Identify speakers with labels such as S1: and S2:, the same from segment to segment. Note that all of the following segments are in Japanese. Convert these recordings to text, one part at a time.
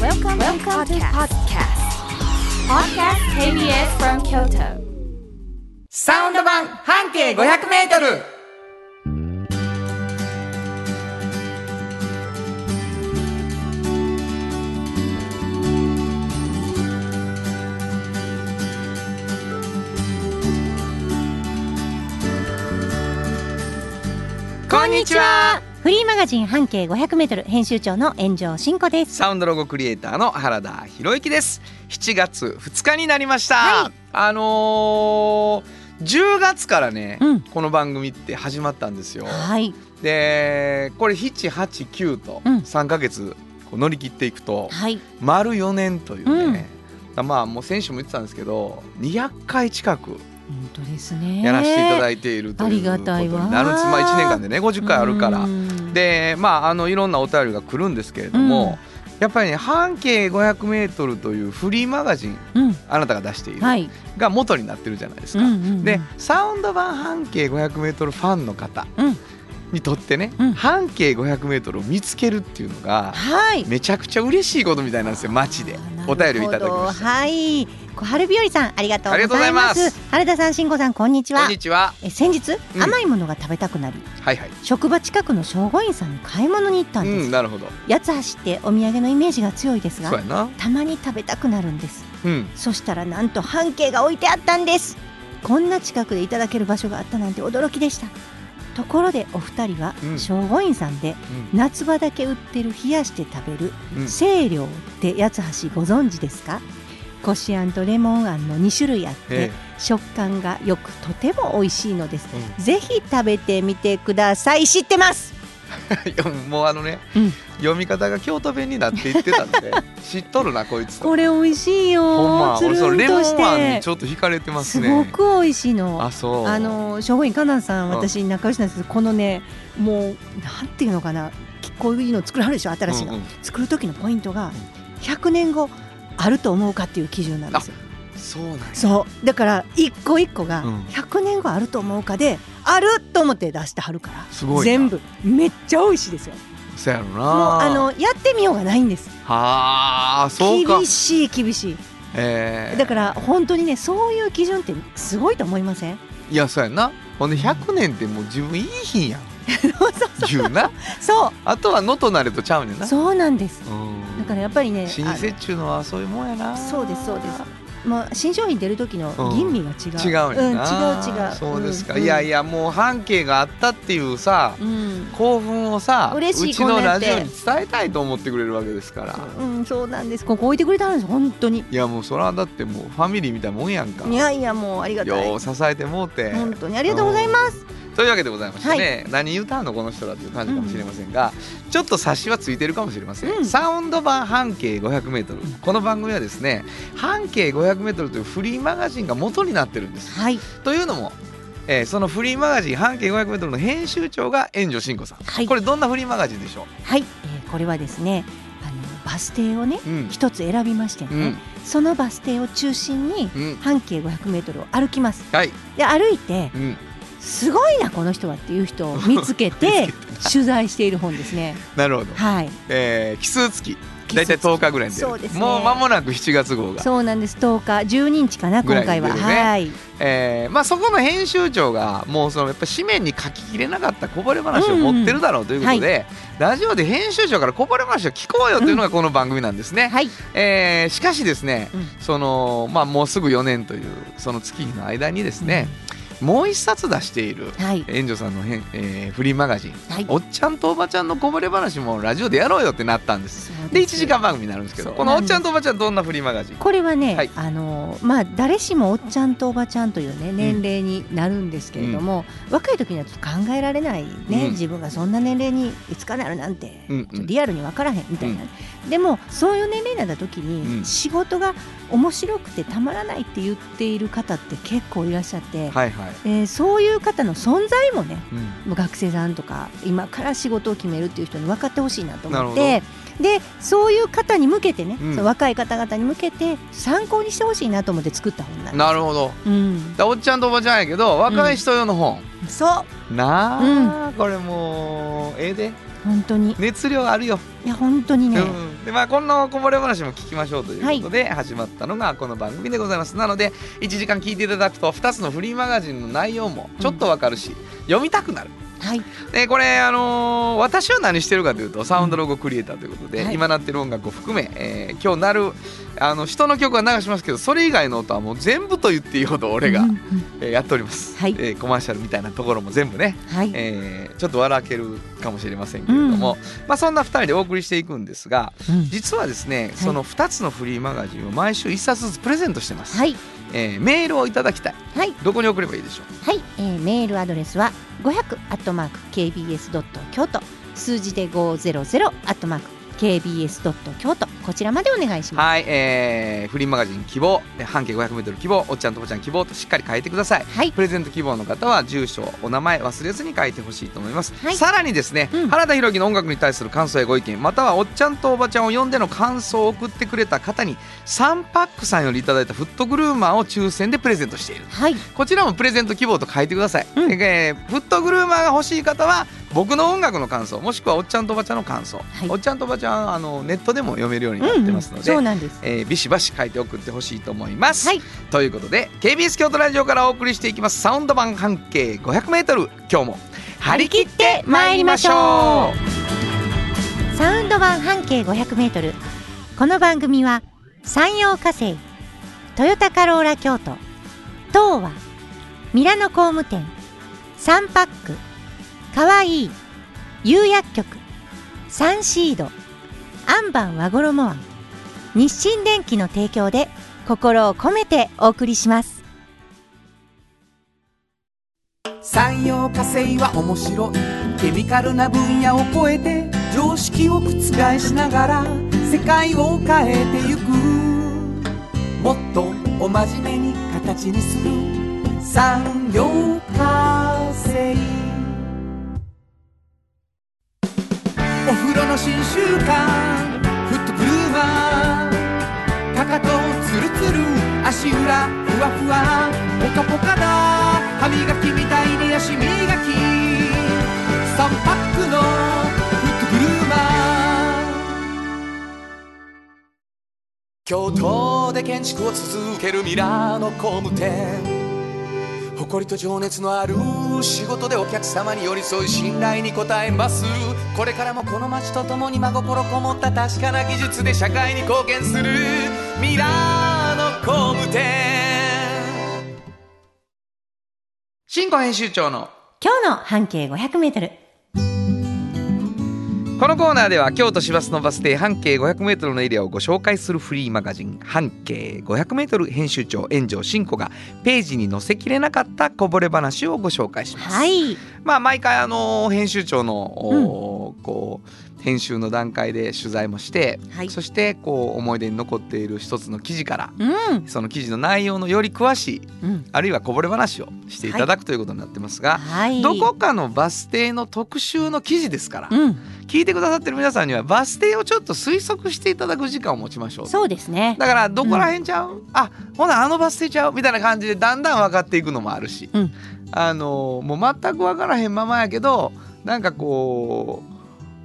S1: Welcome, Welcome to podcast. Podcast KBS from Kyoto.
S2: サウンド版半径500メートルこんにちは
S3: フリーマガジン半径500メートル編集長の炎上真子です。
S2: サウンドロゴクリエイターの原田博之です7月2日になりました、
S3: は
S2: あのー、10月からね、
S3: うん
S2: この番組って始まったんですよ
S3: はい
S2: でこれ789と
S3: うん
S2: 3ヶ月こう乗り切っていくと
S3: はい
S2: 丸4年というね、まあもう先週も言ってたんですけど200回近く
S3: 本当ですね。
S2: やらせていただ
S3: い
S2: いていると
S3: あ
S2: いう
S3: り
S2: こと
S3: が
S2: に
S3: たいわ
S2: なるんです、まあ、1年間でね50回あるから。でまああのいろんなお便りが来るんですけれども、やっぱりね半径 500m というフリーマガジン
S3: うん
S2: あなたが出している、
S3: はい
S2: が元になってるじゃないです
S3: う
S2: か。
S3: んうんうん
S2: でサウンド版半径 500m ファンの方
S3: うん
S2: にとってね、
S3: うん
S2: 半径 500m を見つけるっていうのが
S3: はい
S2: めちゃくちゃ嬉しいことみたいなんですよ街でお便りをいただきました。
S3: なるほどはい小春日和さんありがとう
S2: ありがとうござ
S3: ござ
S2: い
S3: い
S2: ま
S3: ますす。原田さん真子さんこんにち
S2: こん
S3: は
S2: に。ちは。
S3: え先日、
S2: うん
S3: 甘いものが食べたくなり
S2: はいはい。
S3: 職場近くの正吾院さんに買い物に行ったん
S2: う
S3: です、
S2: ん、なるほど。
S3: 八つ橋ってお土産のイメージが強いです
S2: そうや
S3: が
S2: な。
S3: たまに食べたくなるんです
S2: うん。
S3: そしたらなんと半径が置いてあったんですこんな近くでいただける場所があったなんて驚きでしたところでお二人は
S2: うん
S3: 聖護院さんで夏場だけ売ってる冷やして食べる
S2: うん。うん
S3: 清涼って八つ橋ご存知ですかこしあんとレモンあんの2種類あっ
S2: え
S3: て食感がよくとても美味しいのですぜひ食べてみてください知ってます
S2: え いやもうあのね、
S3: うん
S2: 読み方が京都弁になっていってたの で知っとるなこいつと
S3: これ美味しいよ
S2: ほんま
S3: つる
S2: 俺
S3: ん
S2: そのレモ
S3: とし
S2: ンあんに
S3: て
S2: ちょっと惹かれてます
S3: す
S2: ね
S3: ごく美味しいの
S2: あそう
S3: あの聖護院かなさん
S2: うん
S3: 私仲良しなんですけどこのねもうなんていうのかなきこういうの作らはるでしょ新しいの、
S2: うんうん
S3: 作る時のポイントが100年後あると思うかっていう基準なんですよ
S2: そうなんや
S3: そうだから一個一個が
S2: うん
S3: 100年後あると思うかであると思って出してはるから
S2: すごいな
S3: 全部めっちゃ美味しいですよ
S2: そうやろな
S3: もうあのやってみようがないんです
S2: はあそうか
S3: 厳しい厳しい
S2: えー
S3: だから本当にねそういう基準ってすごいと思いません
S2: いやそうやなほんで100年ってもう自分いい品やん
S3: そう
S2: 言うな
S3: そ
S2: あとは野となれとちゃうねん
S3: う
S2: な
S3: そうなんです
S2: うん
S3: だからやっぱりね
S2: 老舗っちゅうのはそういうもんやな
S3: そうですそうですまあ新商品出る時の吟味が違
S2: 違う
S3: う。
S2: ねん
S3: ん、違う
S2: な、
S3: 違う。
S2: そうですか、
S3: ん
S2: いやい。やもう半径があったっていうさ
S3: うん。
S2: 興奮をさ
S3: 嬉しいう
S2: ちの
S3: こんな
S2: ラ
S3: ん
S2: ジ
S3: て
S2: オに伝えたいと思ってくれるわけですから
S3: うん、そうなんです。ここ置いてくれたんです。本当に。
S2: いやもうそれはだってもうファミリーみたいなもんやんか
S3: いやいや、もうありがたい
S2: よ。う支えてもうて
S3: 本当にありがとうございます。
S2: というわけでございましてね、何言うたんのこの人だという感じかもしれませんが、ちょっと差しはついてるかもしれません、
S3: うん
S2: サウンド版半径 500m この番組はですね半径 500m というフリーマガジンが元になってるんです
S3: はい。
S2: というのも、えーそのフリーマガジン半径 500m の編集長が円城信子さん、
S3: はい
S2: これどんなフリーマガジンでしょ
S3: はい、えーこれはですね。あのバス停をね。
S2: ううん
S3: 一つ選びまして
S2: う
S3: ね
S2: ん。
S3: そのバス停を中心に。
S2: うん
S3: 半径500メートルを歩きます。
S2: はい、
S3: で、歩いて
S2: う。ん、
S3: すごいな、この人はっていう人を見つけ て。取材している本ですね。
S2: なるほど、
S3: はい。
S2: えー、奇数月大体10日ぐらいに出る
S3: そうですね
S2: もう間もなく7月号が、
S3: そうなんです10日12日かな
S2: ぐら
S3: 今
S2: いに
S3: 回は、
S2: 出るね
S3: はい
S2: えーまあ、そこの編集長がもうそのやっぱ紙面に書ききれなかったこぼれ話を持ってるだろうということで、
S3: うん
S2: ラジオで編集長からこぼれ話を聞こうよというのがこの番組なんですね。
S3: はい
S2: えーしかしですね、
S3: うん
S2: そのまあ、もうすぐ4年というその月日の間にですね、もう一冊出している
S3: はい
S2: 援助さんのへん、えーフリーマガジン
S3: はい
S2: 「おっちゃんとおばちゃんのこぼれ話」もラジオでやろうよってなったんです。で1時間番組になるんですけど
S3: そう
S2: この「おっちゃんとおばちゃん」どんなフリーマガジン
S3: これはね、
S2: はい
S3: あのまあ誰しもおっちゃんとおばちゃんというね年齢になるんですけれども、若い時にはちょっと考えられないね、
S2: うん
S3: 自分がそんな年齢にいつかなるなんて、
S2: うんうん
S3: ちょっとリアルに分からへんみたいな、でもそういう年齢になった時に、
S2: うん
S3: 仕事が面白くてたまらないって言っている方って結構いらっしゃって、
S2: はいはい、
S3: えーそういう方の存在もね
S2: うん
S3: もう学生さんとか今から仕事を決めるっていう人に分かってほしいなと思っ
S2: な
S3: てでそういう方に向けてね、
S2: うん
S3: その若い方々に向けて参考にしてほしいなと思って作った本なんで
S2: なるほど
S3: す、うん
S2: だ、からおっちゃんとおばちゃんやけど若い人用の本、
S3: そう
S2: なあ、これもうええで
S3: 本当に
S2: 熱量あるよ、
S3: いや本当にね、
S2: うんでまあ、このこぼれ話も聞きましょうということで始まったのがこの番組でございます、なので1時間聞いていただくと2つのフリーマガジンの内容もちょっとわかるし、読みたくなる
S3: はい
S2: でこれ、あのー私は何してるかというとサウンドロゴクリエイターということで、
S3: はい
S2: 今鳴ってる音楽を含め、えー今日鳴るあの人の曲は流しますけどそれ以外の音はもう全部と言っていいほど俺が、
S3: うんうん
S2: えーやっております、
S3: はい
S2: えーコマーシャルみたいなところも全部ね、
S3: はい、
S2: えーちょっと笑けるかもしれませんけれども、まあ、そんな2人でお送りしていくんですが
S3: うん
S2: 実はですね、
S3: い
S2: その2つのフリーマガジンを毎週1冊ずつプレゼントしてます、
S3: はい
S2: えーメールをいただきたい
S3: はい
S2: どこに送ればいいでしょう
S3: はい、えーメールアドレスは500アットマーク kbs ドット京都数字で500アットマーク kbs ドット京都こちらまでお願いしま
S2: はい、えー、フリーマガジン希望えー半径 500m 希望おっちゃんとおばちゃん希望としっかり書いてください
S3: す。はい、
S2: プレゼント希望の方は住所お名前忘れずに書いてほしいと思います、
S3: はい
S2: さらにですね、
S3: うん
S2: 原田裕樹の音楽に対する感想やご意見またはおっちゃんとおばちゃんを呼んでの感想を送ってくれた方に3パックさんよりいただいたフットグルーマーを抽選でプレゼントしている
S3: はい、
S2: こちらもプレゼント希望と書いてください、
S3: うん
S2: えーフットグルーマーが欲しい方は僕の音楽の感想もしくはおっちゃんとおばちゃんの感想、
S3: い
S2: おっちゃんとおばちゃんあのネットでも読めるようになってますので、
S3: そうなんです。
S2: えービシバシ書いて送ってほしいと思います、
S3: はい
S2: ということで KBS 京都ラジオからお送りしていきますサウンド版半径 500m 今日も張り切って参りましょう
S3: サウンド版半径500メートル。この番組は山陽火星、トヨタカローラ京都、東和、ミラノ工務店、サンパック、かわいい、釉薬局、サンシード、アンバン和衣庵、日清電機の提供で心を込めてお送りします。
S4: 産業化成は面白いケミカルな分野を超えて常識を覆しながら世界を変えてゆくもっとお真面目に形にする産業化成お風呂の新習慣フットブルーマーかかとつるつる足裏ふわふわポカポカだ歯磨きみたいに足磨き3パックのフットグルーマー京都で建築を続けるミラーの工務店誇りと情熱のある仕事でお客様に寄り添い信頼に応えますこれからもこの街とともに真心こもった確かな技術で社会に貢献するミラーの工務店
S2: 新庫編集長の
S3: 今日の半径500メートル。
S2: このコーナーでは京都市バスのバス停半径 500m のエリアをご紹介するフリーマガジン「半径 500m」編集長炎上真子がページに載せきれなかったこぼれ話をご紹介します。
S3: はい、
S2: まあ、毎回、あの編集長の、おーこう編集の段階で取材もして、
S3: はい
S2: そしてこう思い出に残っている一つの記事から
S3: うん、
S2: その記事の内容のより詳しい
S3: うん、
S2: あるいはこぼれ話をしていただくということになってますが。
S3: はい。
S2: どこかのバス停の特集の記事ですから、
S3: うん、
S2: 聞いてくださってる皆さんにはバス停をちょっと推測していただく時間を持ちましょう
S3: そうですね。
S2: だからどこら辺ちゃう、あほなあのバス停ちゃうみたいな感じでだんだん分かっていくのもあるし、
S3: うん
S2: あのもう全く分からへんままやけどなんかこう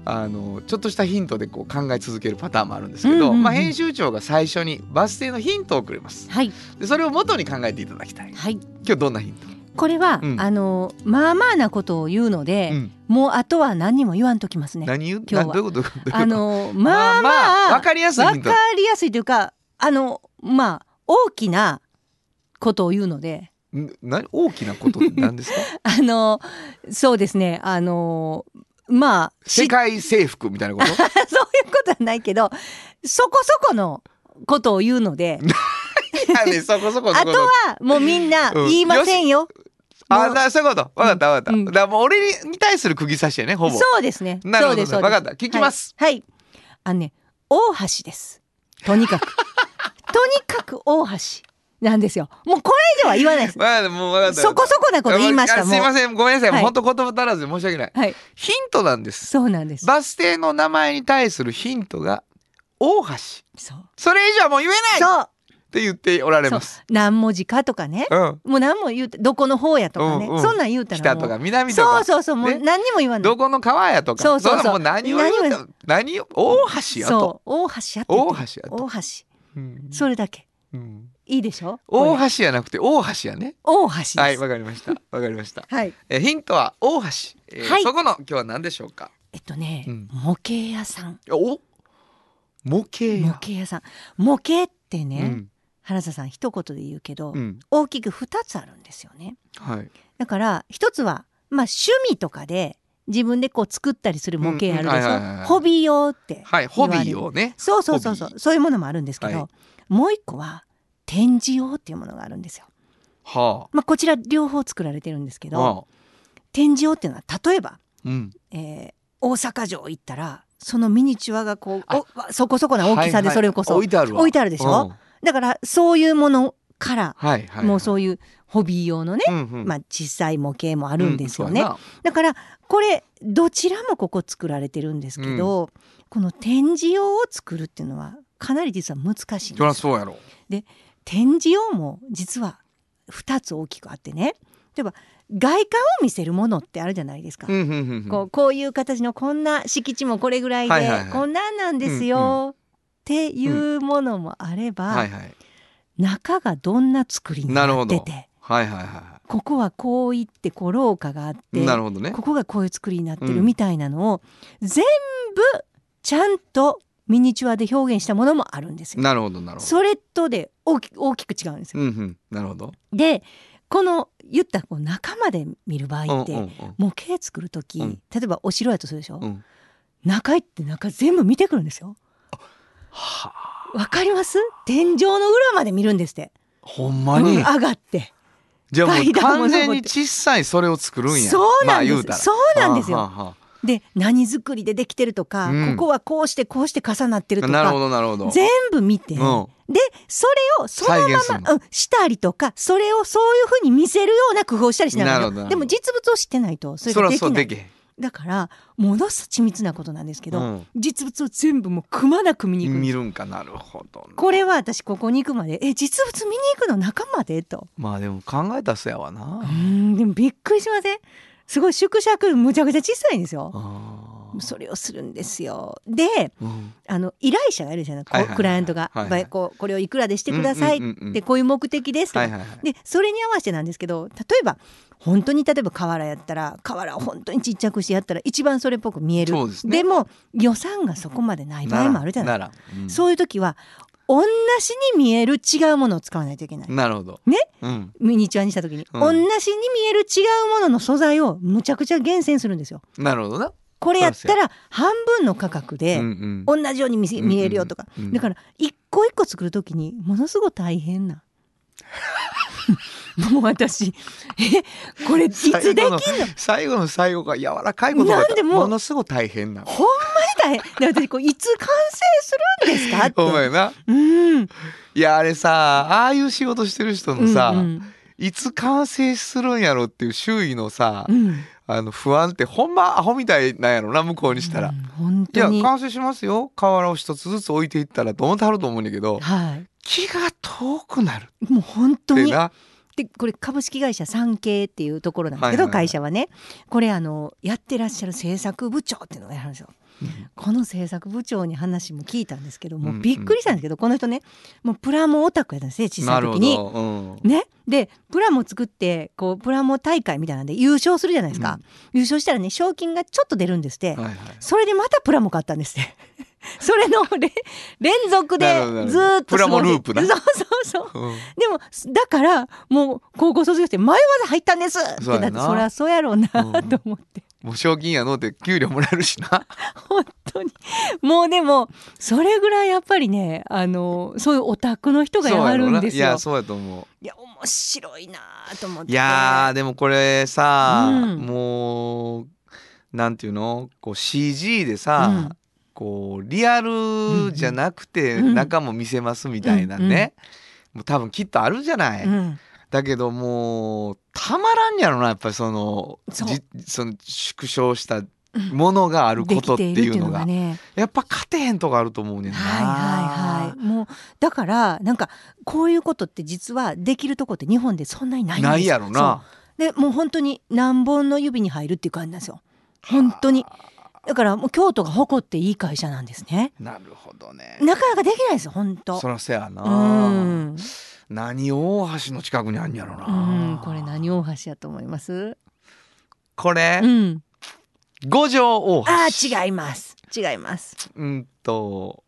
S2: あのちょっとしたヒントでこう考え続けるパターンもあるんですけど、
S3: うんうんうん
S2: まあ、編集長が最初にバス停のヒントをくれます
S3: はい、
S2: でそれを元に考えていただきたい
S3: はい。
S2: 今日どんなヒント、
S3: これは、
S2: うん
S3: あのまあまあなことを言うので、
S2: うん
S3: もうあとは何にも言わんときますね。
S2: 何言う
S3: 今日は
S2: などういうことどういうこと
S3: あのまあまあわ
S2: 分かりやすいヒント
S3: かりやすいというかあのまあ大きなことを言うので
S2: んな大きなことって何ですか
S3: あのそうですねあのまあ し
S2: 世界征服みたいな こと
S3: そういうことはないけどそこそこのことを言うので
S2: いやねそこそこそ
S3: あ
S2: ことそこ
S3: はもうみんな
S2: うん
S3: 言いませんよ。
S2: あ
S3: もう
S2: だそういうこと分かった分かった、
S3: うん
S2: だからもう俺に対する釘刺しやねほぼ
S3: そうですね。
S2: なるほど
S3: そうですそうです
S2: わかった聞きます。
S3: はい。はいあのね、大橋です。とに かく。とにかく大橋なんですよ。もうこれ以上は言わないです。
S2: まあもう分かった
S3: そこそこなこと言いました。
S2: あすい
S3: も
S2: ませんごめんなさい、
S3: はい。
S2: 本当言葉足らずで申し訳ないう
S3: はい。
S2: ヒントなんです
S3: そうなんです。
S2: バス停の名前に対するヒントが大橋
S3: そう。
S2: それ以上はもう言えない
S3: そう。
S2: って言っておられます。
S3: 何文字かとかね、
S2: うん。
S3: もう何も言うてどこの方やとかね、
S2: うんうん
S3: そんなん言うたら
S2: 北
S3: もう
S2: とか南と
S3: そ
S2: か
S3: う。そうそうもう
S2: ね
S3: 何にも言わない、
S2: どこの川やとか。
S3: そうそうそうん
S2: なも何を言うた何を大橋やと。
S3: そう大橋やって言っ
S2: 大
S3: て
S2: 橋やと。
S3: 大橋
S2: うん
S3: それだけ
S2: うん
S3: いいでしょ
S2: 大
S3: これ
S2: 橋じゃなくて大橋やね。
S3: 大橋です
S2: はい、わかりました。わかりました。
S3: はい
S2: えヒントは大橋。えー
S3: はい
S2: そこの今日は何でしょうか。
S3: えっとね、
S2: うん
S3: 模型屋さん
S2: お、模型や。
S3: 模型屋さん模型ってね、
S2: うん
S3: 原田さん一言で言うけど、
S2: うん。
S3: 大きく2つあるんですよね
S2: はい。
S3: だから一つはまあ趣味とかで自分でこう作ったりする模型あるで
S2: うんはいはいはいはい
S3: しょホビー用って
S2: はい、ホビーをね。
S3: そうそうそうそ
S2: ホ
S3: うそういうものもあるんですけど、
S2: は
S3: もう一個は展示用っていうものがあるんですよ。
S2: は
S3: まあ、こちら両方作られてるんですけ
S2: あ。
S3: ど、展示用っていうのは例えば、
S2: うんうん。
S3: えー大阪城行ったらそのミニチュアがこう
S2: あ
S3: おわそこそこな大きさでそれこそ、
S2: はいはい置いてあるわ。
S3: 置いてあるでしょ
S2: うん
S3: だからそういうものから、
S2: はいはい。
S3: もうそういうホビー用のね、
S2: うんうん。
S3: まあ、小さい模型もあるんですよね。
S2: うん
S3: だからこれどちらもここ作られてるんですけど、この展示用を作るっていうのはかなり実は難しいん
S2: そ
S3: で
S2: りゃ
S3: す
S2: そうやろ。
S3: 展示用も実は2つ大きくあってね例えば外観を見せるものってあるじゃないですか、
S2: うんうんうんうん
S3: こうこういう形のこんな敷地もこれぐらいで、
S2: はいはいはい
S3: こんなんなんですよ、
S2: う
S3: っていうものもあれば、
S2: はいはい
S3: 中がどんな作りに
S2: なる
S3: な
S2: ほ
S3: っ
S2: ど
S3: てて
S2: はいはいは
S3: ここはこういってこう廊下があって
S2: い。なるほどね。
S3: ここがこういう作りになって
S2: う
S3: る
S2: ん
S3: みたいなのを全部ちゃんとミニチュアで表現したものもあるんですよ。
S2: なるほどなるほど。
S3: それとで大き大きく違うんです
S2: う
S3: よ。
S2: んうん。なるほど。
S3: でこの言ったこう仲間で見る場合っ
S2: うんうん
S3: て
S2: うん
S3: 模型作る時、
S2: うん
S3: 例えばお城やとするでしょ、
S2: うん
S3: 中行って中全部見てくるんですよ。
S2: はあ。
S3: わかります天井の裏まで見るんですって、
S2: ほんまに
S3: うん。上がって
S2: じゃあもう
S3: 階段も
S2: 完
S3: 登って
S2: 全に小さいそれを作るんや。
S3: そう
S2: ま
S3: な
S2: あ
S3: んで
S2: 言
S3: す、
S2: うたら。
S3: そうなんですよ。
S2: はあはあは
S3: で何作りでできてるとか、
S2: うん
S3: ここはこうしてこうして重なってる
S2: あ
S3: と
S2: なる
S3: か
S2: ほどなるほど。
S3: 全部見て、
S2: うん。
S3: でそれをその
S2: 再現する
S3: まま、うん、したりとかそれをそういうふうに見せるような工夫をしたりしなが
S2: なる
S3: ら
S2: ほどなるほ
S3: で
S2: ど
S3: も実物を知ってないとそれ
S2: そ
S3: が
S2: ら
S3: で
S2: そ
S3: き
S2: う
S3: な
S2: で
S3: い
S2: きへん。
S3: だからものすごい緻密なことなんですけど、
S2: うん
S3: 実物を全部もうくまなく見に行くん
S2: 見
S3: です
S2: るんかなるほどね。
S3: これは私ここに行くまでえ実物見に行くの中までと
S2: まあでも考えたらそうやわな
S3: う。んでもびっくりしませんすごい縮尺むちゃくちゃ小さいんですよ
S2: ああ。
S3: それをするんですよで
S2: うん。
S3: あの依頼者がいるじゃない
S2: はいはいはい
S3: クライアントが、
S2: はいはい
S3: こうこれをいくらでしてください、
S2: うんうんうんうん
S3: でこういう目的ですとか、
S2: はいはいはい。
S3: でそれに合わせてなんですけど例えば本当に例えば瓦やったら瓦を本当にちっちゃくしてやったら一番それっぽく見える
S2: そうですね
S3: も予算がそこまでない場合もあるじゃない
S2: なら。ならうん
S3: そういう時は同じに見える違うものを使わないといけない。
S2: なるほど。
S3: ね。
S2: うん。
S3: ミニチュアにした時に、
S2: うん
S3: 同じに見える違うものの素材をむちゃくちゃ厳選するんですよ。
S2: なるほどな。
S3: これやったら半分の価格で
S2: うんうん
S3: 同じように見せ
S2: うんうん
S3: 見えるよとか、
S2: うん
S3: だから一個一個作るときにものすごく大変な もう私えこれいつできん
S2: 最後の最後
S3: の
S2: の最後が柔らかいことが
S3: なんでもう
S2: ものすごい大変な
S3: ほんまに大変だ私こういつ完成するんですかって
S2: お前な
S3: うん
S2: いやあれさああいう仕事してる人のさ、
S3: うん
S2: いつ完成するんやろっていう周囲のさ、
S3: うんうん
S2: あの不安ってほんまアホみたいなんやろな向こうにしたら、
S3: うん
S2: い
S3: 本当
S2: や
S3: に
S2: 完成しますよ瓦を一つずつ置いていったらどうなると思うんだけど
S3: は
S2: 気が遠くなるっ
S3: いもう本当
S2: て
S3: に
S2: な
S3: でこれ株式会社産経っていうところなんです
S2: は
S3: けど、
S2: いはいはい
S3: 会社はねこれあのやってらっしゃる制作部長っていうのがやるんですよ。この制作部長に話も聞いたんですけども
S2: うんう
S3: うんびっくりしたんですけど、この人ねもうプラモオタクやったんですね小さ
S2: ないる
S3: 時
S2: ほ
S3: に。
S2: ど、うん
S3: ね、でプラモ作ってこうプラモ大会みたいなんで優勝するじゃないですか、優勝したらね賞金がちょっと出るんですって、
S2: はいはい、
S3: それでまたプラモ買ったんですってそれのれ連続で
S2: なるほどなるほど
S3: ずーっと
S2: プラモループな
S3: そうそうそう
S2: うん
S3: でもだからもう高校卒業して迷わず入ったんですって
S2: そうや
S3: だ
S2: な
S3: ってそりゃそうやろうな
S2: うん
S3: と思って、
S2: もう賞金やのって給料もらえるしな
S3: 本当にもうでもそれぐらいやっぱりねあの そういうオタクの人が
S2: そう
S3: や
S2: やろ
S3: る
S2: なん
S3: です
S2: い
S3: よ
S2: やそうやと思う
S3: いや面白いなと思って
S2: いやーでもこれさ、
S3: うん
S2: もうなんていうのこう CG でさ、
S3: うん
S2: こうリアルじゃなくて
S3: うん
S2: 中も見せますみたいなね、もう多分きっとあるじゃない、
S3: うん
S2: だけどもうたまらんやろなやっぱりその
S3: そう
S2: じその縮小したものがある
S3: で
S2: こと
S3: き
S2: って
S3: ている
S2: い
S3: っ
S2: う
S3: ていう
S2: の
S3: の
S2: が
S3: がね
S2: やっぱ勝てへんとこあると思うねんな。
S3: はいはいはいもうだからなんかこういうことって実はできるとこって日本でそんなにないんですよ
S2: ないやろな
S3: そうでもう本当に何本の指に入るっていう感じなんですよ本当にだからもう京都が誇っていい会社なんですね
S2: なるほどね
S3: なかなかできないですよ本当
S2: そらせやな、
S3: うん
S2: 何大橋の近くにあんやろな、
S3: うんこれ何大橋やと思います
S2: これ、
S3: うん
S2: 五条大橋
S3: あー違います違います
S2: うんと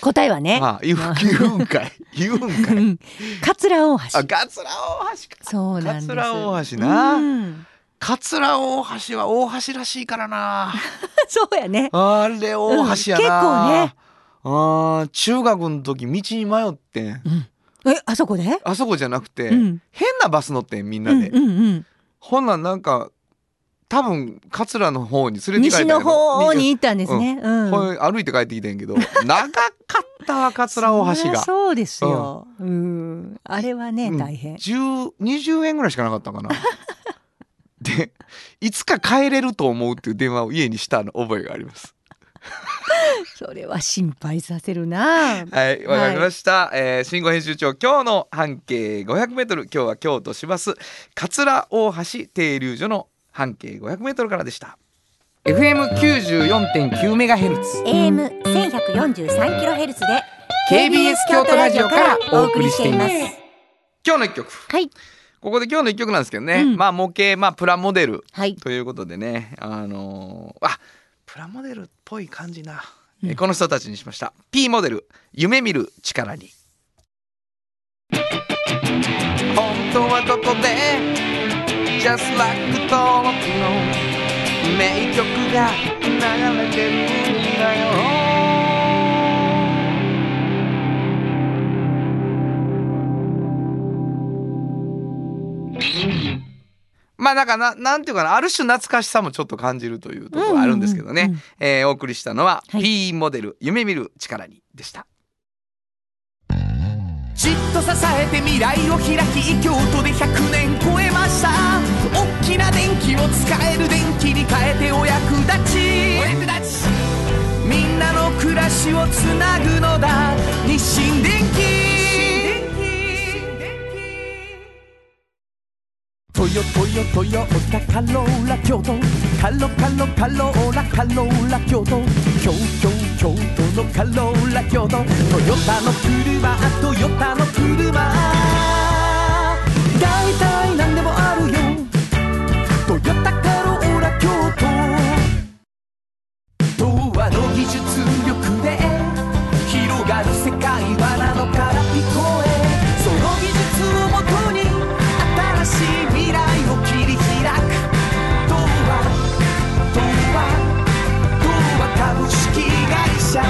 S3: 答えはね
S2: あ言う言うん かい言うんか
S3: う
S2: い
S3: ん桂大橋
S2: あ桂大橋か
S3: そうなんです
S2: 桂大橋な
S3: うん
S2: 桂大橋は大橋らしいからな
S3: そうやね
S2: あれ大橋やな、
S3: うん結
S2: 構ねあー中学の時道に迷ってん
S3: えあそこで
S2: あそこじゃなくて、
S3: うん
S2: 変なバス乗ってんみんな
S3: う
S2: で、
S3: んうん
S2: ほんなんなんか多分桂の方に
S3: う
S2: 連
S3: ん
S2: れて行か
S3: 西
S2: れたん
S3: の
S2: やろ
S3: 方に行ったんですねうん
S2: これ歩いて帰ってきてんけ ど長かったわ桂大
S3: そ
S2: 橋
S3: りゃ
S2: が
S3: そうですようんあれはね
S2: うん
S3: 大変
S2: 10 20円ぐらいしかなかったかなでいつか帰れると思うっていう電話を家にしたの覚えがあります
S3: それは心配させるな
S2: はいわかりました、えー、新語編集長今日の半径 500m 今日は京都市バス桂大橋停留所の半径 500m からでした FM94.9 メガヘルツ
S1: AM 1143キロヘルツで
S2: KBS 京都ラジオからお送りしています今日の一曲
S3: はい
S2: ここで今日の一曲なんですけどね、
S3: うん
S2: まあ模型まあプラモデル
S3: はい
S2: ということでねあのーあプラモデルっぽい感じな、えこの人たちにしました P モデル夢見る力に本当はどこで Just like 登録の名曲が流れてるんだよまあなんかななんていうかなある種懐かしさもちょっと感じるというところはあるんですけどね、
S3: うんうんうん
S2: えーお送りしたのは、
S3: はい
S2: P モデル夢見る力にでした
S5: じっと支えて未来を開き京都で100年超えました大きな電気を使える電気に変えてお役立ちお役立ちみんなの暮らしをつなぐのだ日清電気トヨトヨトヨタカローラ京都カロカロカローラカローラ京都京京京都のカローラ京都トヨタの車トヨタの車だいたいなんでもあるよトヨタカローラ京都童話の技術力で広がる世界はなのから聞こえその技術をもとに新しい未来を切り開く童話童話童話株式会社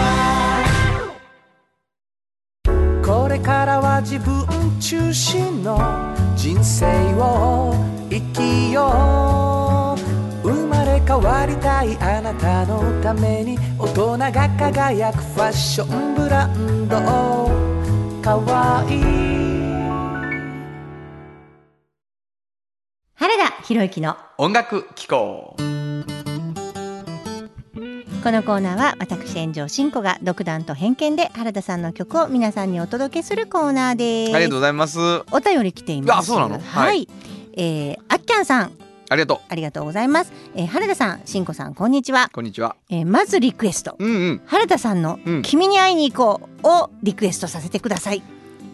S5: これからは自分中心の人生を生きよう生まれ変わりたいあなたのために大人が輝くファッションブランドかわいい
S3: 原田博之の
S2: 音楽機構
S3: このコーナーは私炎上真子が独断と偏見で原田さんの曲を皆さんにお届けするコーナー
S2: あ
S3: で
S2: り
S3: す。
S2: がとうございますあ
S3: お便り来ていま
S2: あ
S3: す。
S2: そうなの
S3: は。
S2: はい
S3: えーあっきゃんさん
S2: りがと
S3: ありがとうございます。えー原田さん、真子さんこんにちは
S2: う。こんにちは
S3: えーまずリクエスト。
S2: うんうん
S3: 原田さんの
S2: うん
S3: 君に会いに行こうをリクエストさせてください。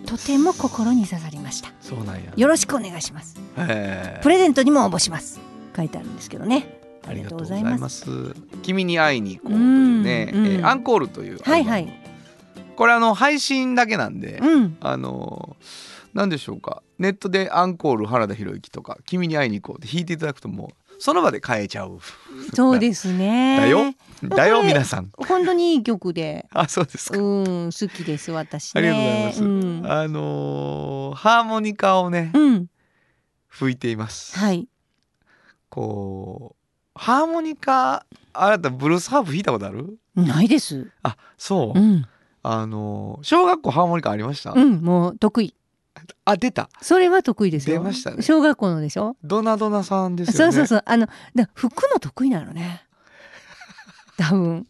S3: とても心に刺さりました。
S2: そうなんや
S3: よろしくお願いします。
S2: え
S3: プレゼントにも応募します。書いてあるんですけどね。
S2: ー
S3: ありがとうございます。
S2: ありがとうございます君に会いに行こうと
S3: う
S2: いうんね、
S3: うん
S2: えーアンコールというアルバム
S3: はいはい。
S2: これあの配信だけなんで、
S3: うん。
S2: あの何でしょうかネットでアンコール原田博之とか君に会いに行こうって弾いていただくともうその場で変えちゃ う
S3: そうですね。
S2: だよだ
S3: こ
S2: よ
S3: れ
S2: 皆さん
S3: 本当にいい曲で。
S2: あそうです
S3: う
S2: か、
S3: ん、好きです、私、ね。
S2: ありがとうございます、
S3: うん、
S2: あのーハーモニカをね
S3: うん、
S2: 吹いています、
S3: はい。
S2: こうハーモニカあなたブルースハーフ弾いたことある
S3: ないです。
S2: あそう、
S3: うん、
S2: あのー小学校ハーモニカありました、
S3: うん、もう得意。
S2: あ出た
S3: それは得意ですよ。
S2: 出ましたね
S3: 小学校のでしょ。
S2: ドナドナさんです
S3: そ
S2: よ
S3: う
S2: ね
S3: そうそう、あの、だ、服の得意なのね。多分。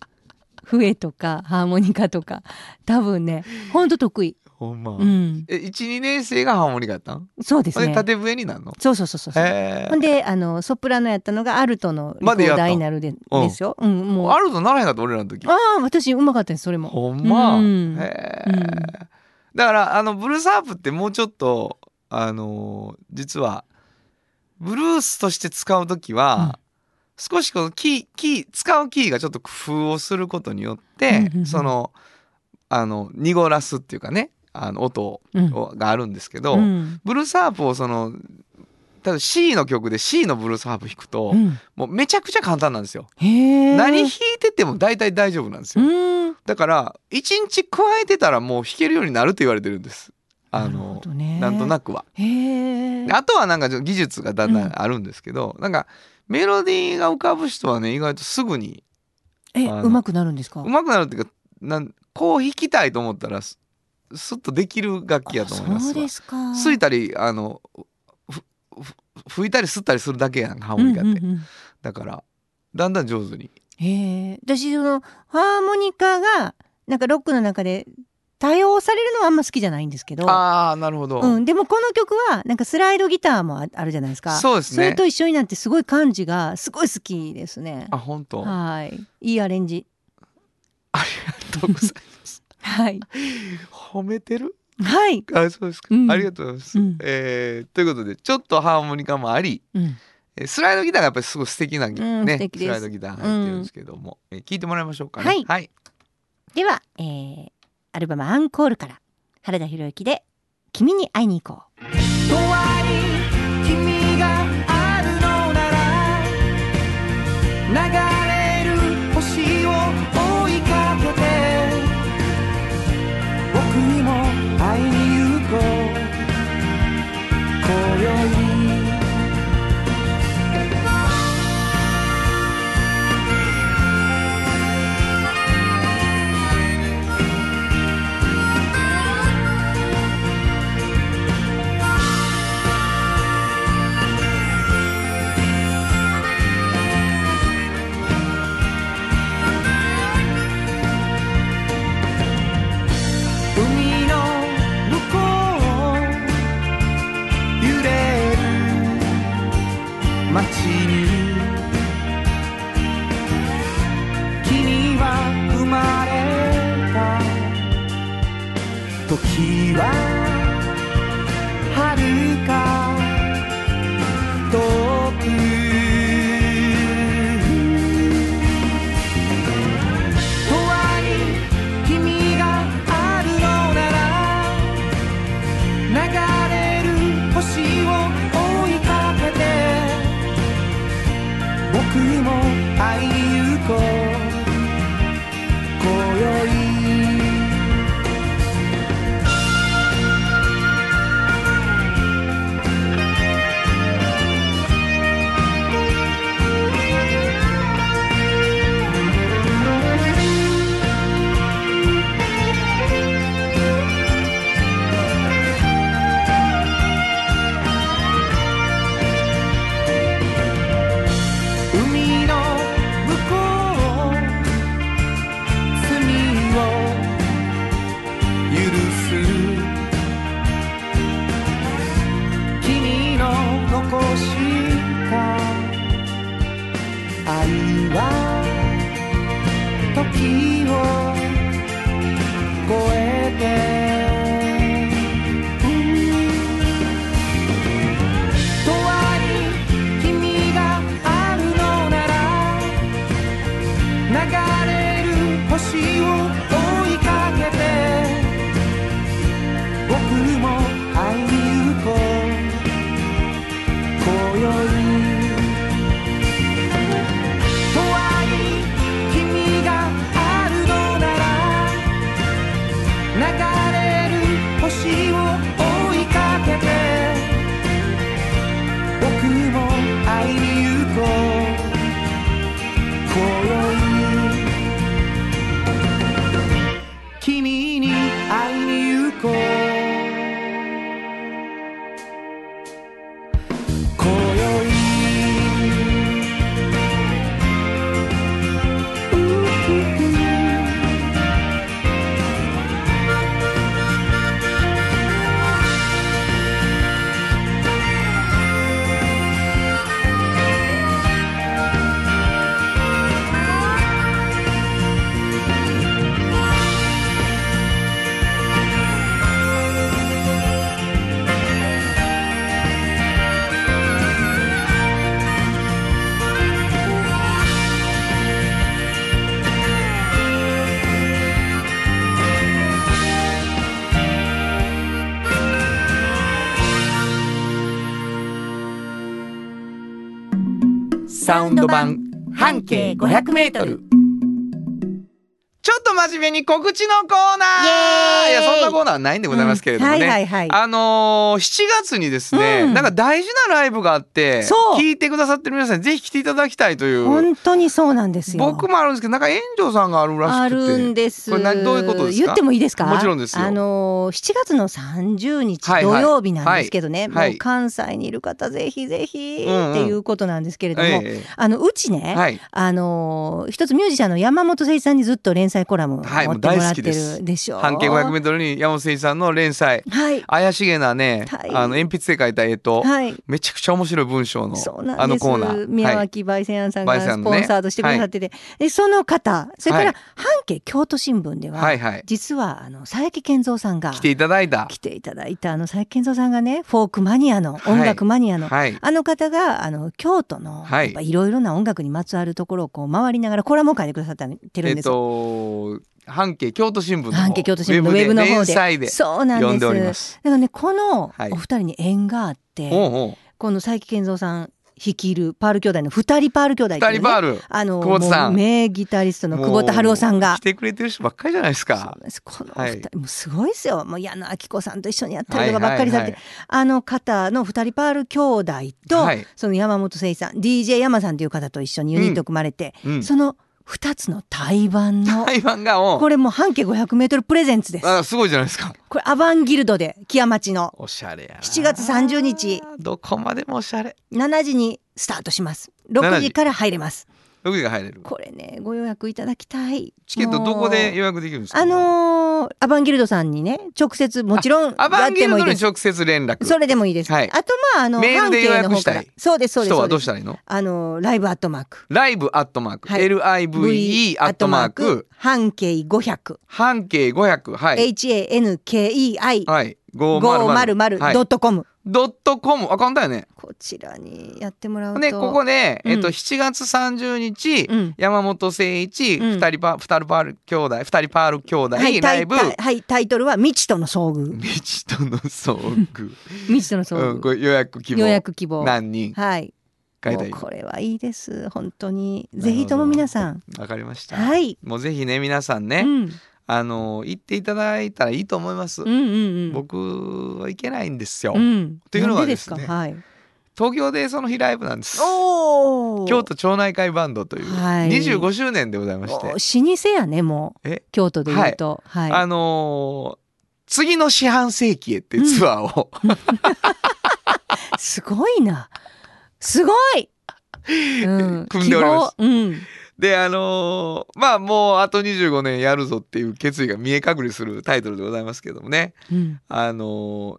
S3: 笛とかハーモニカとか多分ねほんと得意、
S2: ほんま、
S3: うん、
S2: え12年生がハーモニカやったん
S3: そうです
S2: あれ
S3: ね
S2: 縦笛になるの
S3: そうそうそうそうそう
S2: へ
S3: ほんであのソプラノやったのがアルトのリコ
S2: までやっ
S3: ー
S2: た
S3: ダイナルで
S2: うん
S3: ですよ、うん、もう
S2: ーあるとならへんかった俺らの時
S3: ああ私うまかったですそれも
S2: ほんま、
S3: うん
S2: へえ、
S3: うん
S2: だからあのブルースハープってもうちょっとあのー実はブルースとして使う時は、少しこのキーキー使うキーがちょっと工夫をすることによって、
S3: うんうんうん
S2: そのあの濁らすっていうかねあの音を
S3: うん
S2: をがあるんですけど、
S3: うん
S2: ブルースハープをその例えば C の曲で C のブルースハープ弾くと、
S3: うん
S2: もうめちゃくちゃ簡単なんですよ。
S3: へえ
S2: 何弾いてても大体大丈夫なんですよ。
S3: うん
S2: だから一日加えてたらもう弾けるようになると言われてるんです。あ
S3: るほ
S2: の
S3: どね
S2: なんとなくは。
S3: へえ
S2: であとはなんかちょっと技術がだんだ
S3: うん
S2: んあるんですけど、なんかメロディーが浮かぶ人はね意外とすぐに
S3: え
S2: あの
S3: うまくなるんですか
S2: 上手くなるっていうかなんこう弾きたいと思ったらすすっとできる楽器やと思います
S3: あ
S2: わ
S3: そうですか
S2: 吸いたりあのふふ吹いたり吸ったりするだけやんハーモニカって、
S3: うんうんうん
S2: だからだんだん上手に
S3: へえ私そのハーモニカがなんかロックの中で多用されるのはあんま好きじゃないんですけど、
S2: ああなるほど、
S3: うん、でもこの曲はなんかスライドギターもああるじゃないですか
S2: そうですね
S3: れと一緒になってすごい感じがすごい好きですね
S2: あ本当あ
S3: はいいいアレンジ
S2: りがとうございます
S3: はい
S2: 褒めてる
S3: はい、
S2: あそうですか、
S3: うん
S2: ありがとうございます、
S3: うん
S2: えーということでちょっとハーモニカもあり
S3: うん、
S2: えースライドギターがやっぱりすごい素敵な、
S3: ん素
S2: ね
S3: 敵で
S2: ス
S3: す
S2: ライドギター入ってるんですけども、えー聞いてもらいましょうかね
S6: はい
S2: はい、
S6: では、えーアルバム「アンコール」から原田博之で「君に会いに行こう
S5: 怖い君があるのなら流れる星を追いかけて僕にも会いに行こう今宵海の向こう揺れる街に君は生まれた時は遥か遠く「とはい君があるのなら流れる星を追いかけて」「僕にも会いに行こう」「今宵」
S2: サウンド版半径500メートル。ちょっと真面目に告知のコーナー
S3: イエーイ
S2: いやそんなコーナーはないんでございますけれどもね、
S3: うんはいはいはい
S2: あのー、7月にですね、
S3: うん
S2: なんか大事なライブがあって
S3: そう
S2: 聞いてくださってる皆さんにぜひ来ていただきたいという
S3: 本当にそうなんですよ
S2: 僕もあるんですけどなんか炎上さんがあるらしくて
S3: あるんです
S2: これ何どういうことですか
S3: 言ってもいいですか
S2: もちろんですよ
S3: あのー7月の30日
S2: はい
S3: 土
S2: はい
S3: 曜日なんですけどね、
S2: はいはい
S3: もう関西にいる方ぜひぜひっ
S2: うんうん
S3: ていうことなんですけれども、
S2: え
S3: あのうちね、
S2: えはい
S3: あのー一つミュージシャンの山本誠一さんにずっと連載コラムを持って
S2: はいもう
S3: もらって
S2: 大好きです
S3: るでしょ、
S2: 半径500メートルに山本誠一さんの連載
S3: はい
S2: 怪しげなね、
S3: はい
S2: あの鉛筆で書いた絵と、
S3: はい
S2: めちゃくちゃ面白い文章の
S3: そうなんです
S2: あのコーナー
S3: 宮
S2: はい
S3: 脇焙煎庵さん
S2: 焙
S3: が
S2: 煎庵
S3: ス
S2: の
S3: ポ
S2: ね
S3: ンサーとしてくださってて、でその方それか
S2: は
S3: ら
S2: い
S3: 半径京都新聞では、
S2: はいはい
S3: 実はあの佐伯健三さんが
S2: 来ていただいた
S3: 来ていただいたあの佐伯健三さんがねフォークマニアの音楽マニアの、
S2: はい
S3: あの方があの京都の
S2: はい
S3: やっぱいろいろな音楽にまつわるところをこう回りながらコラムを書いてくださってるん
S2: え
S3: で
S2: っ
S3: すよ。
S2: と半径京都新聞の
S3: 半径京都新聞のウ
S2: で
S3: ェブの方
S2: 連
S3: で
S2: 載で
S3: そうなんです
S2: 読んでおります
S3: だからねこの
S2: はい
S3: お二人に縁があって、
S2: おうおう
S3: この佐伯健三さん率いるパール兄弟の二人パール兄弟ってい
S2: 二
S3: うね
S2: 人バール
S3: あの
S2: 久保田さん
S3: もう名ギタリストの久保田春夫さん
S2: もう
S3: が
S2: 来。てくれてる人ばっかりじゃないです
S3: そうな
S2: か
S3: んですこのお
S2: はい
S3: 二人、もうすごいですよもう矢野明子さんと一緒にやったりとかばっかりされて、
S2: はい
S3: あの方の二人パール兄弟と、
S2: はい
S3: その山本誠一さん DJ 山さんという方と一緒にユニット組まれて、
S2: うんうん
S3: その二つの対バンの、
S2: 台湾がおう
S3: これもう半径 500m プレゼンツです
S2: あすごいじゃないですか
S3: これアバンギルドで木屋町の
S2: おしゃれやな
S3: 7月30日
S2: どこまでもおしゃれ
S3: 7時にスタートします
S2: 7
S3: 6
S2: 時
S3: 時から入れます
S2: ロケが入れる
S3: これねご予約いただきたい
S2: チケットどこで予約できるんですか
S3: あのーアバンギルドさんにね直接もちろん
S2: アバンギルド
S3: やってもいい
S2: に
S3: です
S2: 直接連絡
S3: それでもいいです、
S2: はい
S3: あとまああの
S2: メールで予約したい
S3: 半径の方からそうですそうです
S2: 人
S3: そう
S2: はど
S3: で
S2: うし
S3: す
S2: たらいいの
S3: あのーライブアットマーク
S2: ライブアットマーク、
S3: はい
S2: LIVE アットマーク
S3: 半径500、
S2: 半径500はい
S3: hankei
S2: はいはい
S3: 500 .com
S2: ドットコムあ簡単やね
S3: こちらにやってもらうと
S2: ねここで、
S3: うん
S2: えっと7月30日、
S3: うん
S2: 山本誠一、
S3: うん
S2: 二人パ二人パール兄弟二人パール兄弟、
S3: はいタ
S2: ライ
S3: イ
S2: ブ
S3: タイはいタイトルは未知との遭遇
S2: 未知との遭遇、
S3: 未知との遭
S2: う
S3: 遇
S2: ん、、これ予約希望
S3: 予約希望
S2: 何人
S3: はい
S2: 書いたらいい
S3: もうこれはいいです本当に
S2: なるほど
S3: ぜひとも皆さん
S2: わかりました、
S3: はい、
S2: もうぜひね皆さんね、
S3: うん、
S2: あの行っていただいたらいいと思います、
S3: うんうんうん。
S2: 僕は行けないんですよ、
S3: うん。
S2: というのは
S3: なん
S2: で
S3: ですす
S2: ね
S3: か。はい。
S2: 東京でその日ライブなんです
S3: おお。
S2: 京都町内会バンドという
S3: はい
S2: 25周年でございまして、
S3: 老舗やねもう
S2: え。
S3: 京都で言うと、はい。
S2: あのー次の四半世紀へっていうツアーを、
S3: すごいな。すご い。うん。
S2: 組んでおります
S3: 希望うん。
S2: であのーまあもうあと25年やるぞっていう決意が見え隠れするタイトルでございますけどもね
S3: うん。
S2: あのー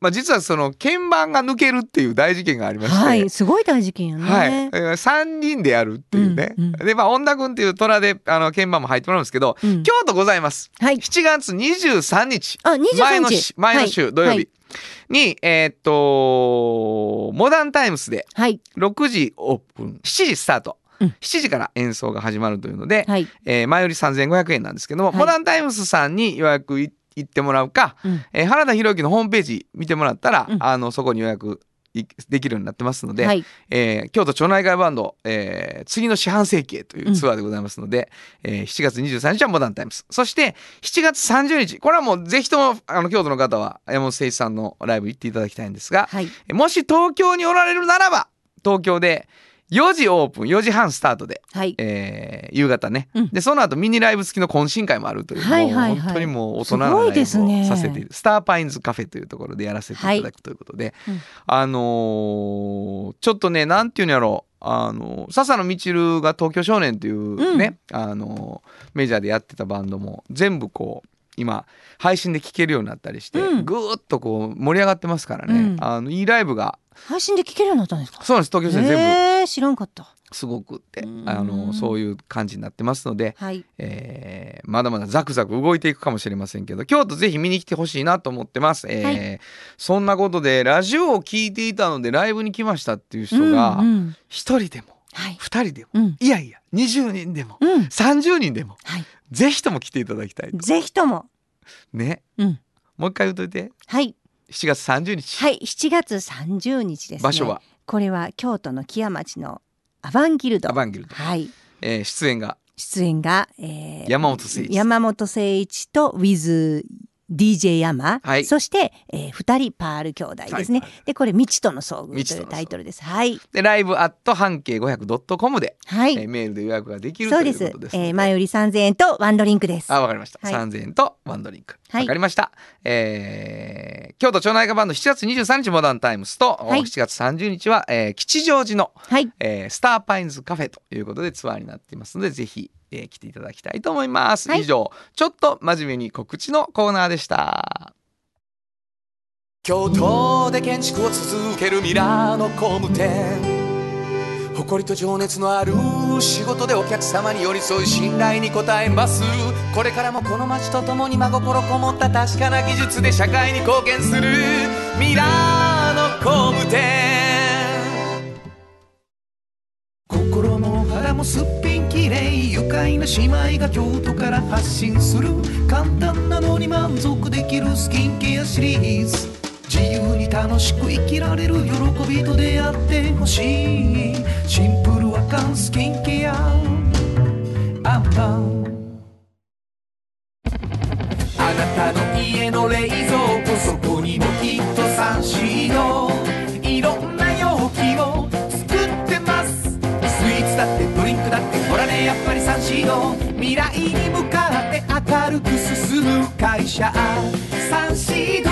S2: まあ実はその鍵盤が抜けるっていう大事件がありまして、
S3: はい。すごい大事件やね。
S2: はい、えー3人でやるっていうね、
S3: うんうん
S2: でまあ恩田君っていう虎であの鍵盤も入ってもらうんですけど、
S3: うん
S2: 京都ございます
S3: はい。
S2: 7月23日
S3: あ、二十
S2: 前
S3: 三
S2: の
S3: 日
S2: し。前の
S3: は
S2: 週
S3: い
S2: 土曜日、
S3: はい
S2: にえーっとモダンタイムスで
S3: はい。
S2: 6時オープン7時スタート、
S3: うん
S2: 7時から演奏が始まるというので、
S3: はい。
S2: えー前より3500円なんですけども、
S3: はい
S2: モダンタイムスさんに予約い行ってもらうか、
S3: うん
S2: えー原田博之のホームページ見てもらったら、
S3: うん
S2: あのそこに予約いできるようになってますので、
S3: はい。
S2: えー京都町内会バンド、えー次の四半世紀へというツアーでございますので、えー7月23日はモダンタイムスそして7月30日これはもうぜひともあの京都の方は山本誠一さんのライブ行っていただきたいんですが、
S3: はい。
S2: えもし東京におられるならば東京で4時オープン4時半スタートで
S3: はい。
S2: えー夕方ね、
S3: うん
S2: でその後ミニライブ付きの懇親会もあるという、
S3: はいはいはい
S2: もう本当にもう大人なライ
S3: すごい
S2: ブ
S3: で
S2: を
S3: すね
S2: させているスターパインズカフェというところでやらせていただくということで、
S3: うん
S2: あのーちょっとねなんていうんやろうあのー笹野みちるが「東京少年」っていうね、あのーメジャーでやってたバンドも全部こう今配信で聴けるようになったりして、
S3: うん
S2: ぐーっとこう盛り上がってますからね、
S3: うん
S2: あのいいライブが
S3: 配信で聞けるようになったんですか。
S2: そうなんです東京少年全部
S3: ええ、知らんかった。
S2: すごくって、
S3: うん
S2: あのーそういう感じになってますので。
S3: はい。
S2: えーまだまだザクザク動いていくかもしれませんけど京都ぜひ見に来てほしいなと思ってます、えーそんなことでラジオを聞いていたのでライブに来ましたっていう人が
S3: うんうん
S2: 一人でも
S3: はい。
S2: 二人でも
S3: うん。
S2: いやいや20人でも
S3: うん。
S2: 30人でも
S3: はい。
S2: ぜひとも来ていただきたいと
S3: ぜひとも。
S2: ね
S3: うん。
S2: もう一回言うといて
S3: はい。
S2: 7月30日、
S3: はい、7月30日ですね。
S2: 場所は
S3: これは京都の木屋町のアバンギルド
S2: アバンギルド、
S3: はい
S2: えー出演が
S3: 出演が、えー
S2: 山本誠一
S3: 山本誠一と with DJ 山、
S2: はい
S3: そして、えー、2人パール兄弟ですね、
S2: はい
S3: でこれ「未知との遭遇」
S2: 未知
S3: と
S2: との遭遇
S3: いうタイトルですはい
S2: でライブアット半径 500.com で、
S3: はい、
S2: えーメールで予約ができる
S3: そ
S2: と
S3: う
S2: い
S3: で
S2: う
S3: す
S2: ことですので
S3: えー前売り3000円とワンドリンクです
S2: あ、わかりました。
S3: はい
S2: 三千円とワンドリンク。わ、
S3: はい
S2: かりました。えー、京都町内会バンド7月23日モダンタイムスと、
S3: はい
S2: 7月30日は、えー吉祥寺の、
S3: はい
S2: えースターパインズカフェということでツアーになっていますので、ぜひ、えー来ていただきたいと思います。
S3: はい
S2: 以上、ちょっと真面目に告知のコーナーでした。
S5: 京都で建築を続けるミラーの工務店誇りと情熱のある仕事でお客様に寄り添い信頼に応えますこれからもこの街とともに真心こもった確かな技術で社会に貢献するミラーの工務店心も肌もすっぴんきれい愉快な姉妹が京都から発信する簡単なのに満足できるスキンケアシリーズ自由に楽しく生きられる喜びと出会ってほしいシンプルアカンスキンケアアンパンあなたの家の冷蔵庫そこにもきっとサンシードいろんな容器を作ってますスイーツだってドリンクだってほらねやっぱりサンシード未来に向かって明るく進む会社サンシード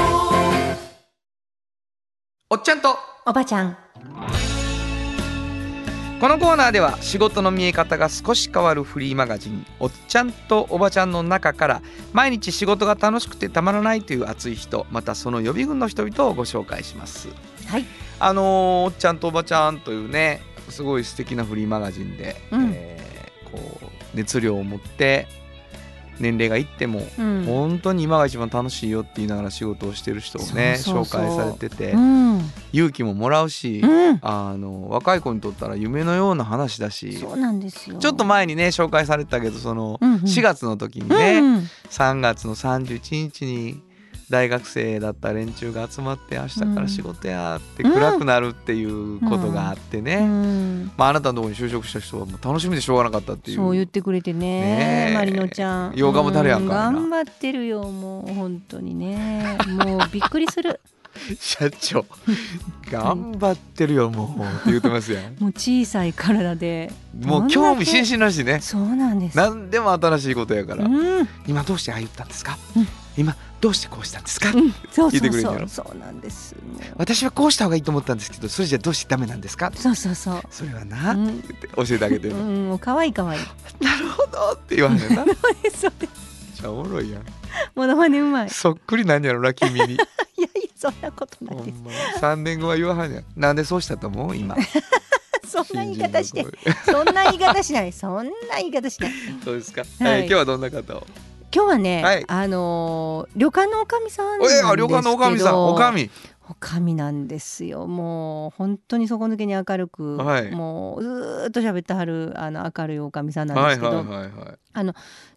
S2: おっちゃんと
S3: おばちゃん
S2: このコーナーでは仕事の見え方が少し変わるフリーマガジン「おっちゃんとおばちゃん」の中から毎日仕事が楽しくてたまらないという熱い人またその予備軍の人々をご紹介します。
S3: はい
S2: あのーおっちゃんとおばちゃん」というねすごい素敵なフリーマガジンで、
S3: うん
S2: えーこう熱量を持って年齢がいっても
S3: うん、
S2: 本当に今が一番楽しいよって言いながら仕事をしてる人をね
S3: そうそうそう
S2: 紹介されてて、
S3: うん
S2: 勇気ももらうし。
S3: うん、
S2: あの若い子にとったら夢のような話だし
S3: そうなんですよ
S2: ちょっと前にね紹介されてたけどその
S3: うんうん
S2: 4月の時に
S3: う
S2: ね
S3: んうん
S2: 3月の31日に大学生だった連中が集まって明日から仕事やって
S3: うん
S2: 暗くなるっていうことがあって
S3: う
S2: ね
S3: ん
S2: まああなたのところに就職した人はもう楽しみでしょうがなかったっていう
S3: そう言ってくれてね
S2: ねえ
S3: マリノちゃん
S2: よう頑張ったるやんか
S3: う
S2: みん
S3: 頑張ってるよもう本当にねもうびっくりする
S2: 社長頑張ってるよもうって言ってますや ん
S3: もう小さい体で
S2: もう興味津々だしね
S3: そうなんです
S2: 何でも新しいことやから
S3: うん、
S2: 今どうしてああ言ったんですか、
S3: うん
S2: 今どうしてこうしたんですか、
S3: そう
S2: 聞い
S3: そ
S2: て
S3: う
S2: くれん
S3: そ
S2: やろ
S3: うそうなんですもう
S2: 私はこうした方がいいと思ったんですけどそれじゃどうしてダメなんですか
S3: そうそうそう
S2: それはな、
S3: う
S2: っ
S3: ん
S2: て教えてあげてる、
S3: うん、もう可愛い可愛い
S2: なるほどって言われるなめっ
S3: そうですそうです
S2: ちゃおもろいやん
S3: モノマネう まい
S2: そっくりなんやろな君に
S3: いやいや そんなことな
S2: ほ
S3: いで
S2: んま3年後は言わはんやんなんでそうしたと思う今
S3: すそんな言い方して
S2: 新人の声
S3: そんな言い方しないそんな言い方しない
S2: そうですか、
S3: はい
S2: えー今日はどんな方を
S3: 今日はね、
S2: はい
S3: あのー旅館のおかみさんなん
S2: お
S3: ですけ
S2: や
S3: ど
S2: 旅館のおかみさんおかみ
S3: おかみなんですよもう本当に底抜けに明るく、
S2: はい
S3: もうずーっと喋ってはるあの明るいおかみさんなんで
S2: は
S3: す
S2: い
S3: けど、
S2: はいはいはい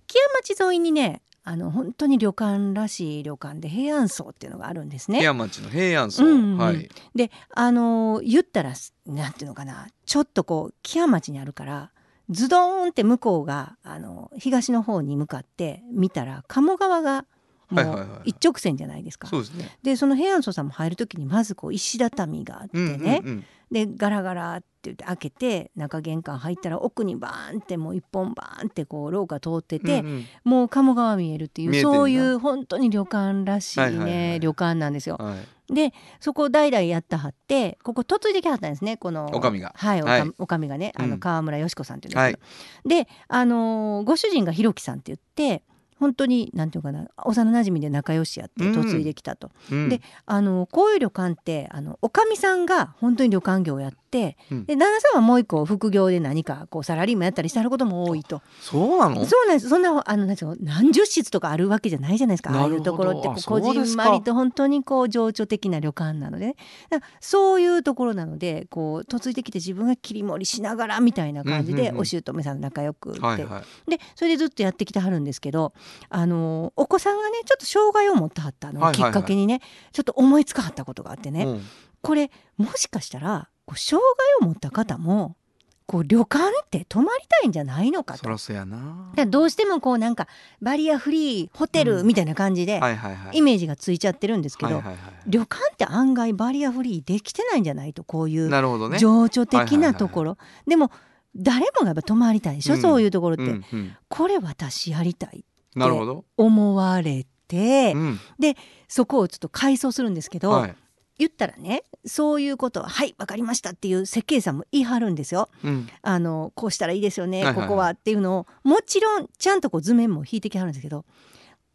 S3: 木屋町沿いにねあの本当に旅館らしい旅館で平安荘っていうのがあるんです
S2: 平
S3: ね。
S2: 安町の平安荘、
S3: うんうんうん
S2: はい
S3: であの言ったらなんていうのかなちょっとこう木屋町にあるからズドーンって向こうがあの東の方に向かって見たら鴨川がも
S2: はいはいはいうはい
S3: 一直線じゃないですか。
S2: そうですね
S3: でその平安荘さんも入る時にまずこう石畳があって
S2: うん
S3: ね、
S2: うんうん
S3: でガラガラって言って開けて中玄関入ったら奥にバーンってもう一本バーンってこう廊下通ってて、
S2: うんうん
S3: もう鴨川見えるってい
S2: 見え
S3: う
S2: てんな
S3: そういう本当に旅館らしいね、
S2: はいはいはい
S3: 旅館なんですよ。
S2: はい
S3: でそこを代々やったはってここ嫁いできはったんですねこの
S2: 女将が
S3: はいおか,、
S2: はい
S3: がね
S2: うん
S3: あの川村よし子さんっていうんですけど、であのーご主人がひろきさんって言って本当になんていうかな幼馴染で仲良しやって
S2: うん
S3: 嫁いできたと。
S2: うん
S3: であのこういう旅館ってあのおかみさんが本当に旅館業をやって、
S2: うん
S3: で旦那さんはもう一個副業で何かこうサラリーマンやったりしてはることも多いと
S2: そうなの
S3: そうなんですそんなあのなんていうの何十室とかあるわけじゃないじゃないですかああいうところって
S2: な
S3: こ
S2: る
S3: う
S2: ほ
S3: こ
S2: どあ
S3: じんま
S2: そうです
S3: り
S2: か
S3: と本当にこう情緒的な旅館なので、ね、だからそういうところなのでこう嫁いできて自分が切り盛りしながらみたいな感じ
S2: うんうん
S3: で
S2: うん
S3: お姑さんと仲良くって、
S2: はいはい
S3: でそれでずっとやってきてはるんですけどあのお子さんがねちょっと障害を持ってはったの
S2: は
S3: を
S2: いはい
S3: き
S2: はい
S3: っかけにね、ちょっと思いつかはったことがあってね、
S2: うん
S3: これもしかしたらこう障害を持った方もこう旅館って泊まりたいんじゃないのかと
S2: そらそやな
S3: だからどうしてもこうなんかバリアフリーホテルみたいな感じで
S2: はいはいはい
S3: イメージがついちゃってるんですけど、
S2: はいはいはい
S3: 旅館って案外バリアフリーできてないんじゃないとこういう
S2: なるほどね
S3: 情緒的なところ、でも誰もがやっぱ泊まりたいでしょ、
S2: うん
S3: そういうところっ
S2: う
S3: て、
S2: んうん
S3: これ私やりたい
S2: なるほど
S3: 思われて、
S2: うん
S3: そこをちょっと改装するんですけど、
S2: はい
S3: 言ったらねそういうことはいわかりましたっていう設計士さんも言い張るんですよ
S2: うん
S3: あのこうしたらいいですよね、
S2: はいはいはい
S3: ここはっていうのをもちろんちゃんとこう図面も引いてきはるんですけど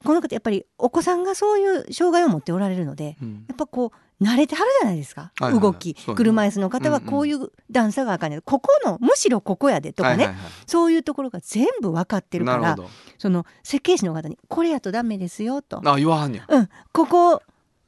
S3: この方やっぱりお子さんがそういう障害を持っておられるので
S2: うん
S3: やっぱこう慣れてはるじゃないですか、
S2: はいはいはい
S3: 動き、
S2: そうね
S3: 車椅子の方はこういう段差があかんね、ここのむしろここやでとかね、
S2: はいはいはい
S3: そういうところが全部分かってるか
S2: な
S3: ら
S2: るほ
S3: その設計士の方に「これやとダメですよ」と
S2: どあ言わはんねや
S3: うん、ここ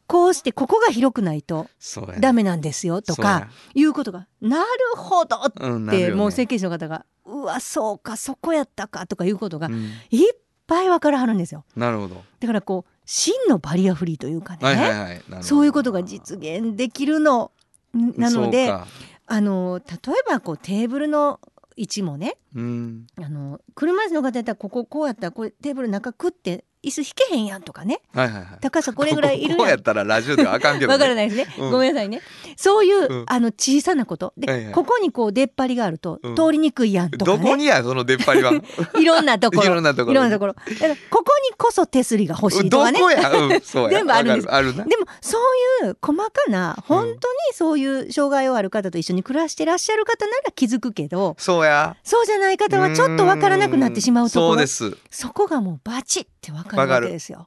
S3: こうしてここが広くないと
S2: そうや
S3: ダメなんですよとかいうことがなるほどっ
S2: そうやうんなるよ
S3: て
S2: ね
S3: もう設計士の方がうわそうかそこやったかとかいうことが
S2: うん
S3: いっぱい分からはるんですよ
S2: なるほど
S3: だからこう真のバリアフリーというかね、
S2: はいはいはいなるほど
S3: そういうことが実現できるのなの
S2: そ
S3: で
S2: うか
S3: あの例えばこうテーブルの位置もね
S2: うん
S3: あの車椅子の方やったらこここうやったらこれテーブル中食って椅子引けへんやんとかね
S2: はいはいはい
S3: 高さこれぐらいいるや
S2: こ
S3: ん
S2: ここうやったらラジオではあかんけど
S3: わから
S2: ない
S3: ないですね、
S2: うん
S3: ごめんなさいねそういう、
S2: うん
S3: あの小さなことで、
S2: はいはい
S3: ここにこう出っ張りがあると
S2: うん
S3: 通りにくいやんとか
S2: どこ
S3: ね、
S2: にやその出っ張りは
S3: いろんなところ
S2: いろんなところ
S3: いろんなところだからここにこそ手すりが欲しいと
S2: ど
S3: かね
S2: こやうんそうや
S3: 全部あるんです
S2: わかるあるな
S3: でもそういう細かな本当にそういう障害をある方と一緒に暮らしてらっしゃる方なら気づくけど
S2: そうや
S3: そうじゃない方はちょっとわからなくなってしまうとこ
S2: んそう
S3: ろ
S2: です
S3: そこがもうバチってわか
S2: わ
S3: る
S2: か
S3: わ
S2: る
S3: けですよ。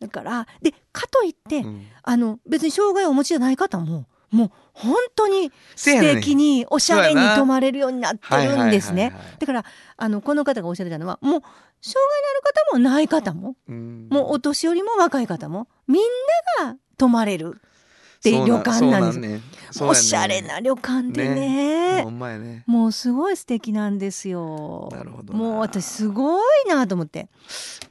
S3: だからでかといって、
S2: うん
S3: あの別に障害をお持ちじゃない方ももう本当に素敵におしゃれに泊まれるようになってるんです
S2: はい
S3: ね
S2: はいはいはい。
S3: だからあのこの方がおっしゃってたのはもう障害のある方もない方も
S2: うん
S3: もうお年寄りも若い方もみんなが泊まれるって旅館なんです
S2: そうねそうやね
S3: おしゃれな旅館でね
S2: ほんまやね
S3: もうすごい素敵なんですよ。
S2: なるほどな
S3: もう私すごいなと思って。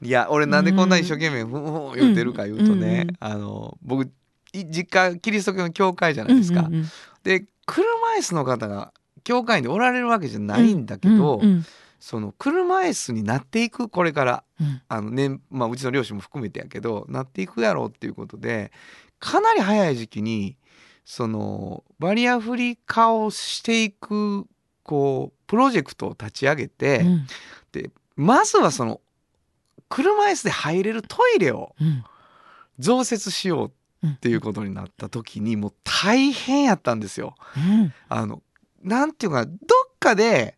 S2: いや俺なんでこんな一生懸命ふんふん言ってるか言うとね、
S3: うんうん
S2: あの僕い実家キリスト教の教会じゃないですか、
S3: うんうんうん
S2: で車椅子の方が教会におられるわけじゃないんだけど、
S3: うんうん
S2: その車椅子になっていくこれから
S3: うん
S2: あの、ねまあ、うちの両親も含めてやけどなっていくやろうっていうことでかなり早い時期にそのバリアフリー化をしていくこうプロジェクトを立ち上げて、
S3: うん
S2: まずはその車椅子で入れるトイレを
S3: うん
S2: 増設しようっていうことになった時にもう大変やったんですよ。
S3: うん
S2: あのなんていうかなどっかで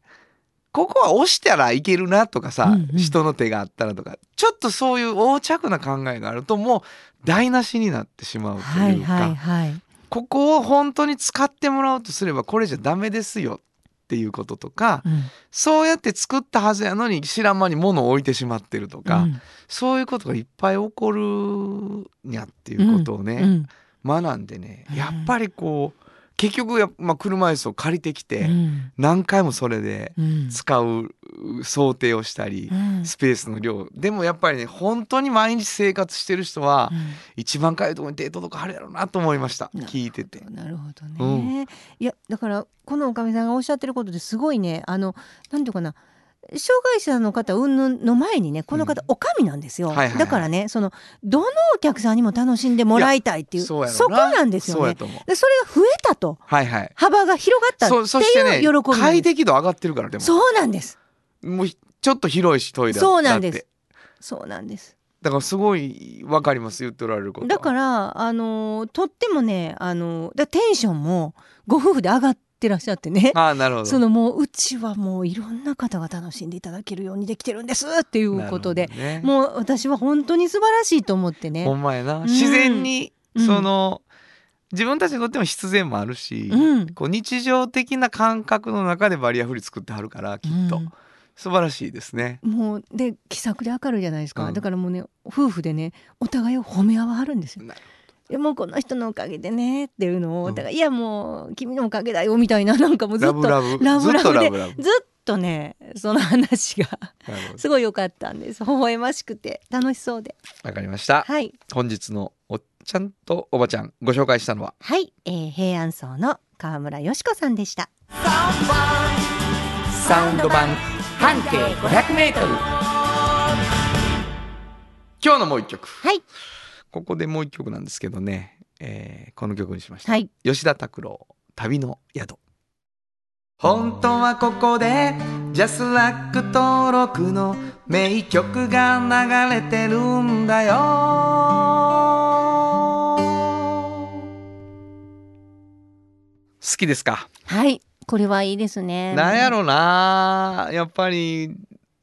S2: ここは押したらいけるなとかさ、
S3: うんうん
S2: 人の手があったらとかちょっとそういう横着な考えがあるともう台無しになってしまうと
S3: はいいう
S2: か、
S3: はいはい。
S2: ここを本当に使ってもらうとすればこれじゃダメですよっていうこととか、
S3: うん
S2: そうやって作ったはずやのに知らん間に物を置いてしまってるとか、
S3: うん
S2: そういうことがいっぱい起こるにゃっていうことをね、
S3: うん
S2: 学んでね
S3: うん
S2: やっぱりこう結局や、まあ、車椅子を借りてきて、
S3: うん
S2: 何回もそれで
S3: うん
S2: 使う想定をしたり
S3: う、ん
S2: スペースの量でもやっぱりね本当に毎日生活してる人は、一番かゆいところにデートとかあるやろうなと思いました
S3: なるほど
S2: 聞いてて。
S3: なるほどね、
S2: う
S3: いやだからこのおかみさんがおっしゃってることですごいねあのなんていうかな障害者の方云々の前にねこの方、
S2: うん
S3: おかみなんですよ、
S2: はいはいはい
S3: だからねそのどのお客さんにも楽しんでもらいたいっていう
S2: そうやろな
S3: こなんですよ
S2: そうや
S3: ね
S2: と思う。
S3: でそれが増えたと
S2: はいはい。
S3: 幅が広がったっていう
S2: そそしてね
S3: 喜びなんです
S2: 快適度上がってるからでも
S3: そうなんです
S2: もうひちょっと広いしトイレだって
S3: そうなんですそうなんです
S2: だからすごいわかります言っておられることは
S3: だからあのーとってもねあのーだテンションもご夫婦で上がってらっしゃってね
S2: ああなるほど
S3: そのもううちはもういろんな方が楽しんでいただけるようにできてるんですっていうことで、
S2: なるほどね
S3: もう私は本当に素晴らしいと思って
S2: ほ
S3: ね。
S2: んまやな、
S3: うん
S2: 自然に
S3: うん
S2: その、自分たちにとっても必然もあるし、
S3: うん
S2: こう日常的な感覚の中でバリアフリー作ってはるからきっと、
S3: うん
S2: 素晴らしいですね。
S3: もうで気さくで明るいじゃないですか、
S2: うん
S3: だからもうね夫婦でねお互いを褒め合わはるんですよ
S2: なる。
S3: でもうこの人のおかげでねっていうのを
S2: うん
S3: お互い、いやもう君のおかげだよみたいななんかもうずっ
S2: ラ
S3: と
S2: ブラブ
S3: ラブラブで
S2: ずっとラブラブ
S3: ずっとねその話が
S2: なるほど
S3: すごい良かったんです微笑ましくて楽しそうで
S2: わかりました、
S3: はい
S2: 本日のおっちゃんとおばちゃんご紹介したのは
S3: はい、えー平安荘の川村よし子さんでした
S5: 「
S2: サウンド版半径 500m 今日のもう一曲
S6: はい
S2: ここでもう一曲なんですけどね、えーこの曲にしました、
S6: はい
S2: 吉田拓郎旅の宿本当はここでジャスラック登録の名曲が流れてるんだよ好きですか
S3: はいこれはいいですね
S2: なんやろなやっぱり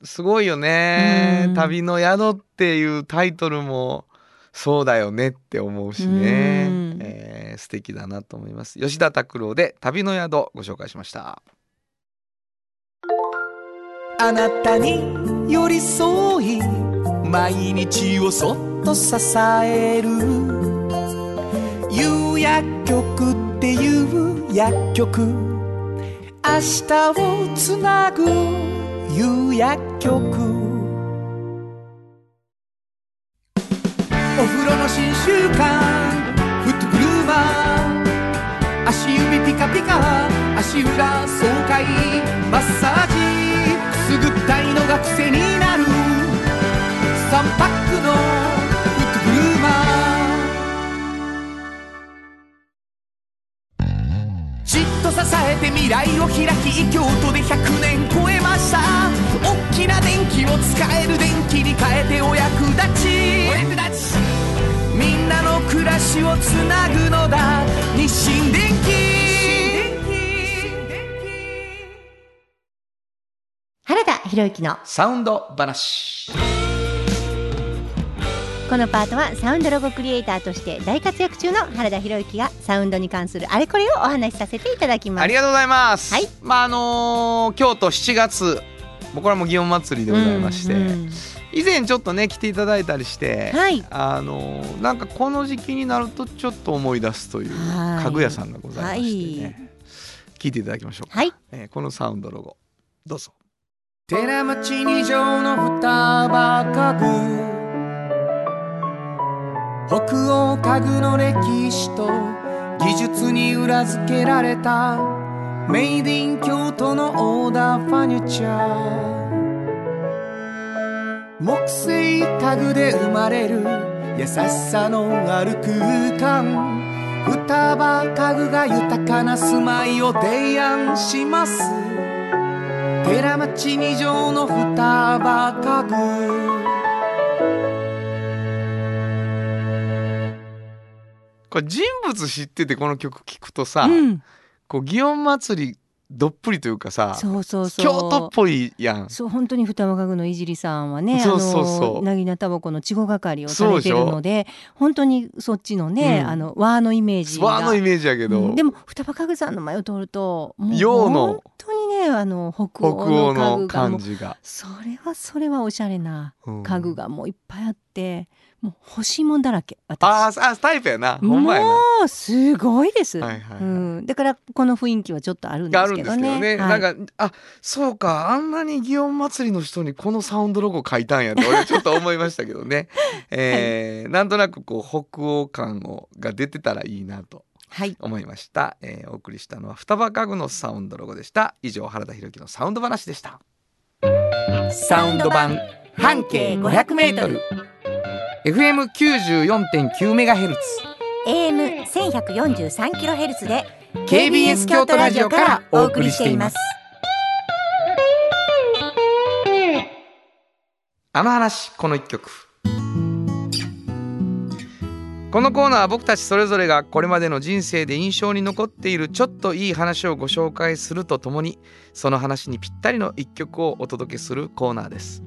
S2: すごいよね
S3: う
S2: 「
S3: ん
S2: 旅の宿」っていうタイトルもそうだよねって思うしね
S3: うん、
S2: えー素敵だなと思います吉田拓郎で「旅の宿」ご紹介しました
S5: あなたに寄り添い毎日をそっと支える有薬局っていう薬局明日をつなぐ有薬局お風呂の新習慣フットグルーマー足指ピカピカ足裏爽快マッサージくすぐったいのが癖になる3パックのフットグルーマーじっと支えて未来を開き京都で100年超えました大きな電気を使える電気に変えてお役立ちお役立ちみんなの暮らしをつなぐのだ日清電機
S6: 原田博之の
S2: サウンド話
S6: このパートはサウンドロゴクリエイターとして大活躍中の原田博之がサウンドに関するあれこれをお話しさせていただきます
S2: ありがとうございます、
S6: はい
S2: まああのー京都7月僕らも祇園祭りでございまして、
S3: うんうん
S2: 以前ちょっとね来ていただいたりして、
S6: はい
S2: あのーなんかこの時期になるとちょっと思い出すという
S3: はい
S2: 家具屋さんがございましてね、聞いていただきましょうか、
S6: はい
S2: えーこのサウンドロゴどうぞ
S5: 寺町二条の双葉家具北欧家具の歴史と技術に裏付けられたメイディン京都のオーダーファニチャー木製家具で生まれる優しさのある空間双葉家具が豊かな住まいを提案します寺町二条の双葉家具
S2: これ人物知っててこの曲聞くとさ、
S3: うん
S2: こう祇園祭りどっぷりというかさ
S3: そうそうそう
S2: 京都っぽいやん
S3: そう本当に双葉家具のいじりさんはね
S2: そうそうそう
S3: あのなぎなたばこの稚語係をされてるので本当にそっちのね、
S2: うん
S3: あの和のイメージが
S2: 和のイメージやけど、
S3: うんでも双葉家具さんの前を通るともう
S2: 洋の
S3: 本当にねあの北
S2: 北
S3: 欧
S2: 欧の
S3: の家具がも
S2: 感
S3: う
S2: じが
S3: それはそれはおしゃれな
S2: うん
S3: 家具がもういっぱいあって、もう欲しいもんだらけ
S2: あ
S3: 私
S2: ーあタイプやなほん
S3: も
S2: まやな
S3: うすごいです、
S2: はいはいはい
S3: うん、だからこの雰囲気はちょっとあるんで
S2: があ
S3: す
S2: るん
S3: け
S2: で
S3: ど
S2: すけど
S3: ね
S2: ね、
S3: はい
S2: なんかあそうかあんなに祇園祭りの人にこのサウンドロゴ書いたんやって俺ちょっと思いましたけど ね、えーなんとなくこう北欧感をが出てたらいいなと
S3: はい
S2: 思いました、えーお送りしたのは双葉家具のサウンドロゴでした以上原田博之のサウンド話でした
S5: サウンド版半径 500m
S2: FM94.9 メガヘルツ
S6: AM 1143キロヘルツで
S2: KBS 京都ラジオからお送りしていますあの話この一曲このコーナーは僕たちそれぞれがこれまでの人生で印象に残っているちょっといい話をご紹介するとともにその話にぴったりの一曲をお届けするコーナーです。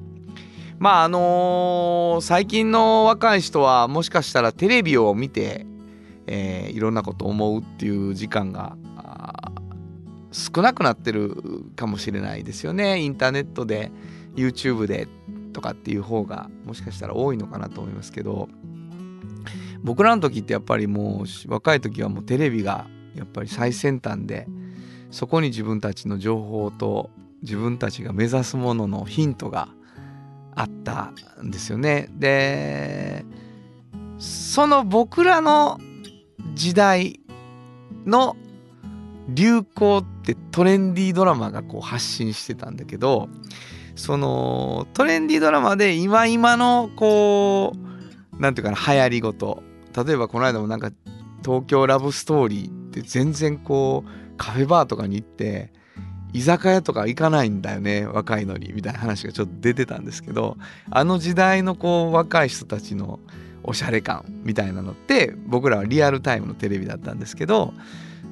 S2: まああのー最近の若い人はもしかしたらテレビを見て、えーいろんなことを思うっていう時間があー少なくなってるかもしれないですよねインターネットで YouTube でとかっていう方がもしかしたら多いのかなと思いますけど僕らの時ってやっぱりもうし若い時はもうテレビがやっぱり最先端でそこに自分たちの情報と自分たちが目指すもののヒントがあったんですよね。でその僕らの時代の流行ってトレンディードラマがこう発信してたんだけどそのトレンディードラマで今今のこうなんていうかな流行りごと例えばこの間もなんか「東京ラブストーリー」って全然こうカフェバーとかに行って居酒屋とか行かないんだよね若いのにみたいな話がちょっと出てたんですけどあの時代のこう若い人たちのおしゃれ感みたいなのって僕らはリアルタイムのテレビだったんですけど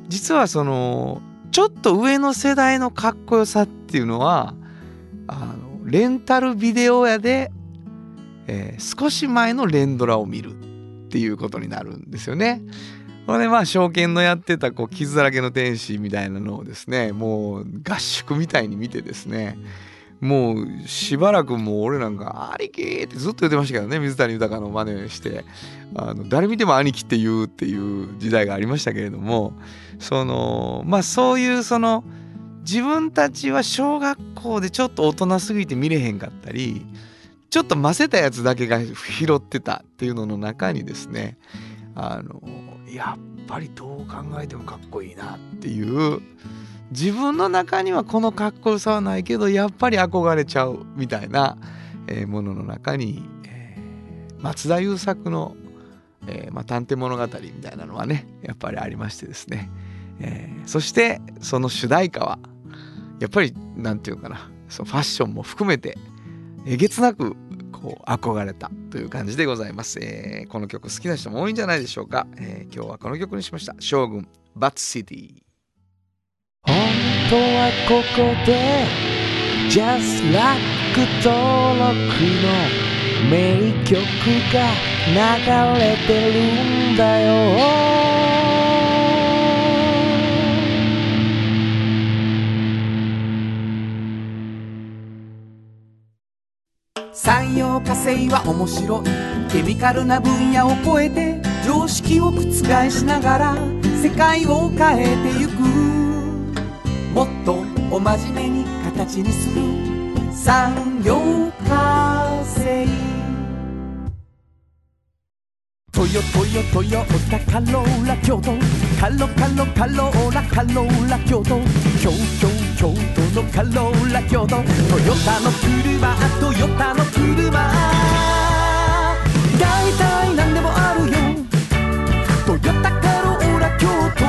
S2: 実はそのちょっと上の世代のかっこよさっていうのはあのレンタルビデオ屋で、えー少し前のレンドラを見るっていうことになるんですよね。これまあ証券のやってたこう傷だらけの天使みたいなのをですねもう合宿みたいに見てですねもうしばらくもう俺なんか「兄貴!」ってずっと言ってましたけどね水谷豊の真似をしてあの誰見ても「兄貴」って言うっていう時代がありましたけれどもそのまあそういうその自分たちは小学校でちょっと大人すぎて見れへんかったりちょっとませたやつだけが拾ってたっていうのの中にですねあのやっぱりどう考えてもかっこいいなっていう自分の中にはこのかっこよさはないけどやっぱり憧れちゃうみたいな、えーものの中に、えー松田優作の、えーまあ、探偵物語みたいなのはねやっぱりありましてですね、えーそしてその主題歌はやっぱりなんていうかなそのファッションも含めてえげつなくこう憧れたという感じでございます、えーこの曲好きな人も多いんじゃないでしょうか、えー今日はこの曲にしました「将軍バッツシティ」
S7: 本当はここで Just Rock 登録の名曲が流れてるんだよ
S5: 産業化成は面白いケミカルな分野を超えて常識を覆しながら世界を変えてゆくもっとお真面目に形にする産業化成トヨトヨトヨタカローラ京都カロカロカローラカローラ京都京都京都のカローラ京都トヨタの車トヨタの車だいたいなんでもあるよトヨタカローラ京都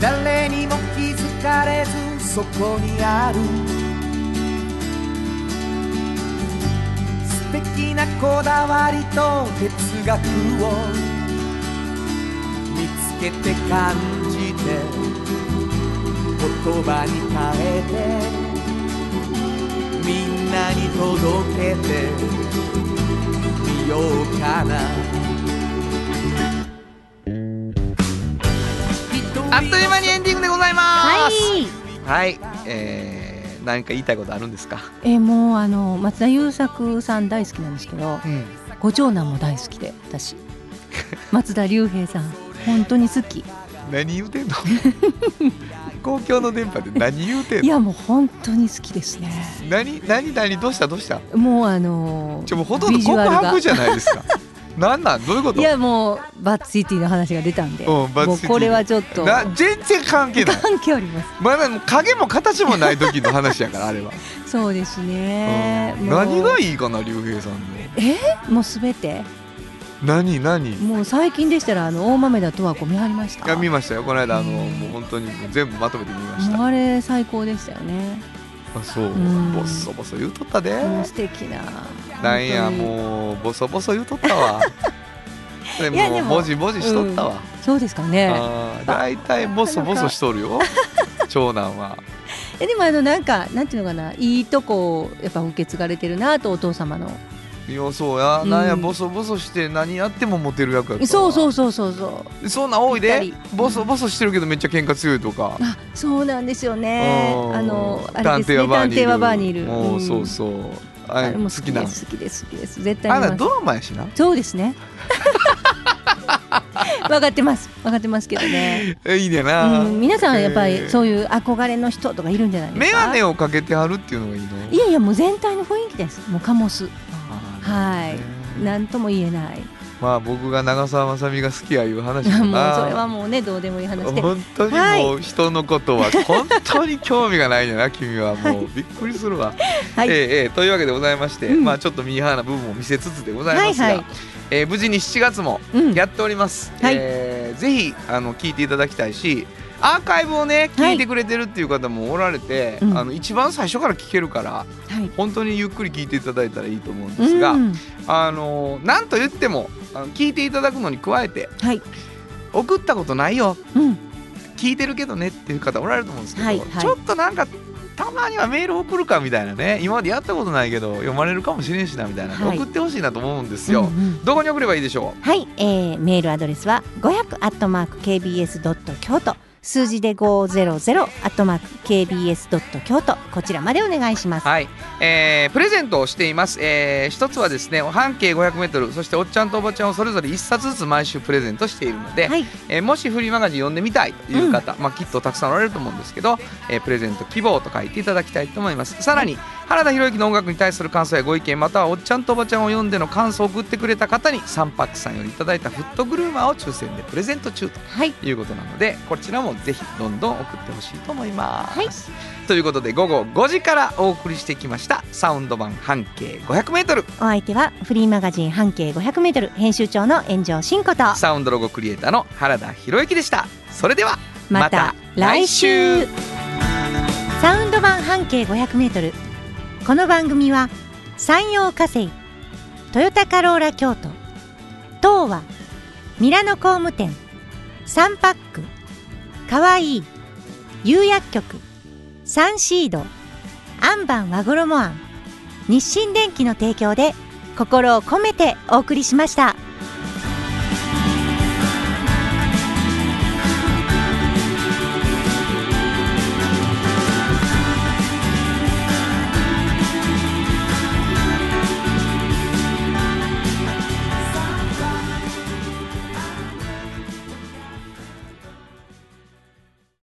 S5: 誰にも気づかれずそこにある素敵なこだわりと哲学を見つけて感じて言葉に変えてみんなに届けてみようかな
S2: あっという間にエンディングでございま
S6: は
S2: す
S6: い
S2: はい、えー、何か言いたいことあるんですか、
S3: えーもうあの松田優作さん大好きなんですけどご長男も大好きで 私松田龍平さん本当に好き
S2: 何言うてんの 公共の電波で何言うてん
S3: い
S2: の
S3: やもう本当に好きですね
S2: 何何何どうしたどうした
S3: もうあのー
S2: ちょもうほとんど
S3: ビジュ
S2: 告
S3: アルが
S2: 白じゃないですかなんなんどういうこと
S3: いやもうバッツシティの話が出たんで、
S2: うんバッ
S3: も
S2: ツ
S3: う
S2: シティ
S3: これはちょっと
S2: な全然関係ない
S3: 関係あります
S2: まだ影も形もない時の話やからあれ は、
S3: そうですね、
S2: うん
S3: もう
S2: 何がいいかな竜兵さんの
S3: もうすべて
S2: 何何
S3: もう最近でしたらあの大豆田とはこ見張りました
S2: が見
S3: も
S2: ましたよこの間あのもう本当に全部まとめて見ました
S3: うあれ最高でしたよね
S2: あそう
S3: うん
S2: ボソボソ言うとったで
S3: もう素敵な
S2: なんや
S3: 本当に
S2: もうボソボソ言うとった わで
S3: いやで
S2: も
S3: も
S2: もじもじしとったわ、
S3: そうですかね
S2: あー大体ボソボソしとる よ長男は
S3: えでもあのなんかなんていうのかないいとこをやっぱ受け継がれてるなとお父様の
S2: いやそうや、なんや
S3: うん
S2: ボソボソして何やってもモテる役やった
S3: そうそううそうそうそう
S2: そんなん多い
S3: ぴ
S2: で
S3: った
S2: ボソボソしてるけどめっちゃ喧嘩強いとか
S3: あそうなんですよね
S2: うん
S3: あのあれですね
S2: 探
S3: 探偵
S2: 偵
S3: は
S2: は
S3: バ
S2: バ
S3: ー
S2: ー
S3: に
S2: に
S3: い
S2: い
S3: る
S2: るも
S3: う
S2: うんそうそうあ
S3: あ
S2: れ
S3: れも
S2: 好
S3: 好き
S2: き
S3: で
S2: な
S3: す好きです好きです絶対
S2: あ
S3: 見
S2: な
S3: ま す
S2: ドラマやしな
S3: そうですね分かってます分かってますけどね、
S2: えいいねん
S3: う
S2: な、
S3: ん、皆さんやっぱりそうういう憧れの人とかいるんじゃないで
S2: 眼
S3: すか
S2: 鏡をかけてはるっていうのがいいの
S3: いやいやもう全体の雰囲気ですもうカモス
S2: あ
S3: は
S2: ー
S3: い何とも言えない
S2: まあ僕が長澤まさみが好きやいう話
S3: いや
S2: も
S3: もう
S2: な
S3: それはもうねどうでもいい話で
S2: 本当にもう人のことは本当に興味がないんやな 君はもうびっくりするわ。
S3: はい
S2: ええええというわけでございまして、
S3: うん
S2: まあちょっとミーハーな部分を見せつつでございますが、
S3: はいはい
S2: えー無事に7月も
S3: うん
S2: やっております。
S3: はい
S2: えーぜひあの聞いていただきたいしアーカイブをね
S3: はい
S2: 聞いてくれてるっていう方もおられて、
S3: うん
S2: あの一番最初から聞けるから
S3: はい
S2: 本当にゆっくり聞いていただいたらいいと思うんで
S3: う
S2: すが、
S3: ん
S2: あのなんと言ってもあの聞いていただくのに加えて
S3: はい
S2: 送ったことないよ
S3: うん
S2: 聞いてるけどねっていう方おられると思うんですけど、
S3: はいはい
S2: ちょっとなんかたまにはメール送るかみたいなね今までやったことないけど読まれるかもしれんしなみたいな、
S3: はい
S2: 送ってほしいなと思うんですよ、
S3: うんうん
S2: どこに送ればいいでしょ
S3: はい、えー、メールアドレスは500アットマーク kbs ドット京都数字で500アットマーク kbs ドット京都こちらまでお願いしま
S2: う
S3: す。
S2: はい、えープレゼントをしています、えー一つはですね半径 500m そしておっちゃんとおばちゃんをそれぞれ1冊ずつ毎週プレゼントしているので、
S3: はい、
S2: えーもしフリーマガジン読んでみたいという方、まあ、きっとたくさんおられると思うんですけど、えープレゼント希望と書いていただきたいと思いますさらに原田博之の音楽に対する感想やご意見またはおっちゃんとおばちゃんを読んでの感想を送ってくれた方にサンパックさんよりいただいたフットグルーマーを抽選でプレゼント中と
S3: はい、
S2: いうことなのでこちらもぜひどんどん送ってほしいと思います、
S3: はい
S2: ということで午後5時からお送りしてきましたサウンド版半径 500m
S3: お相手はフリーマガジン半径500メートル編集長の炎上真子と
S2: サウンドロゴクリエイターの原田博之でしたそれでは
S3: また来
S2: ま
S3: 週
S2: た来
S3: サウンド版半径500メートルこの番組は山陽火星トヨタカローラ京都東和ミラノ工務店サンパックかわいい釉薬局サンシードアンバン和衣庵日清電機の提供で心を込めてお送りしました。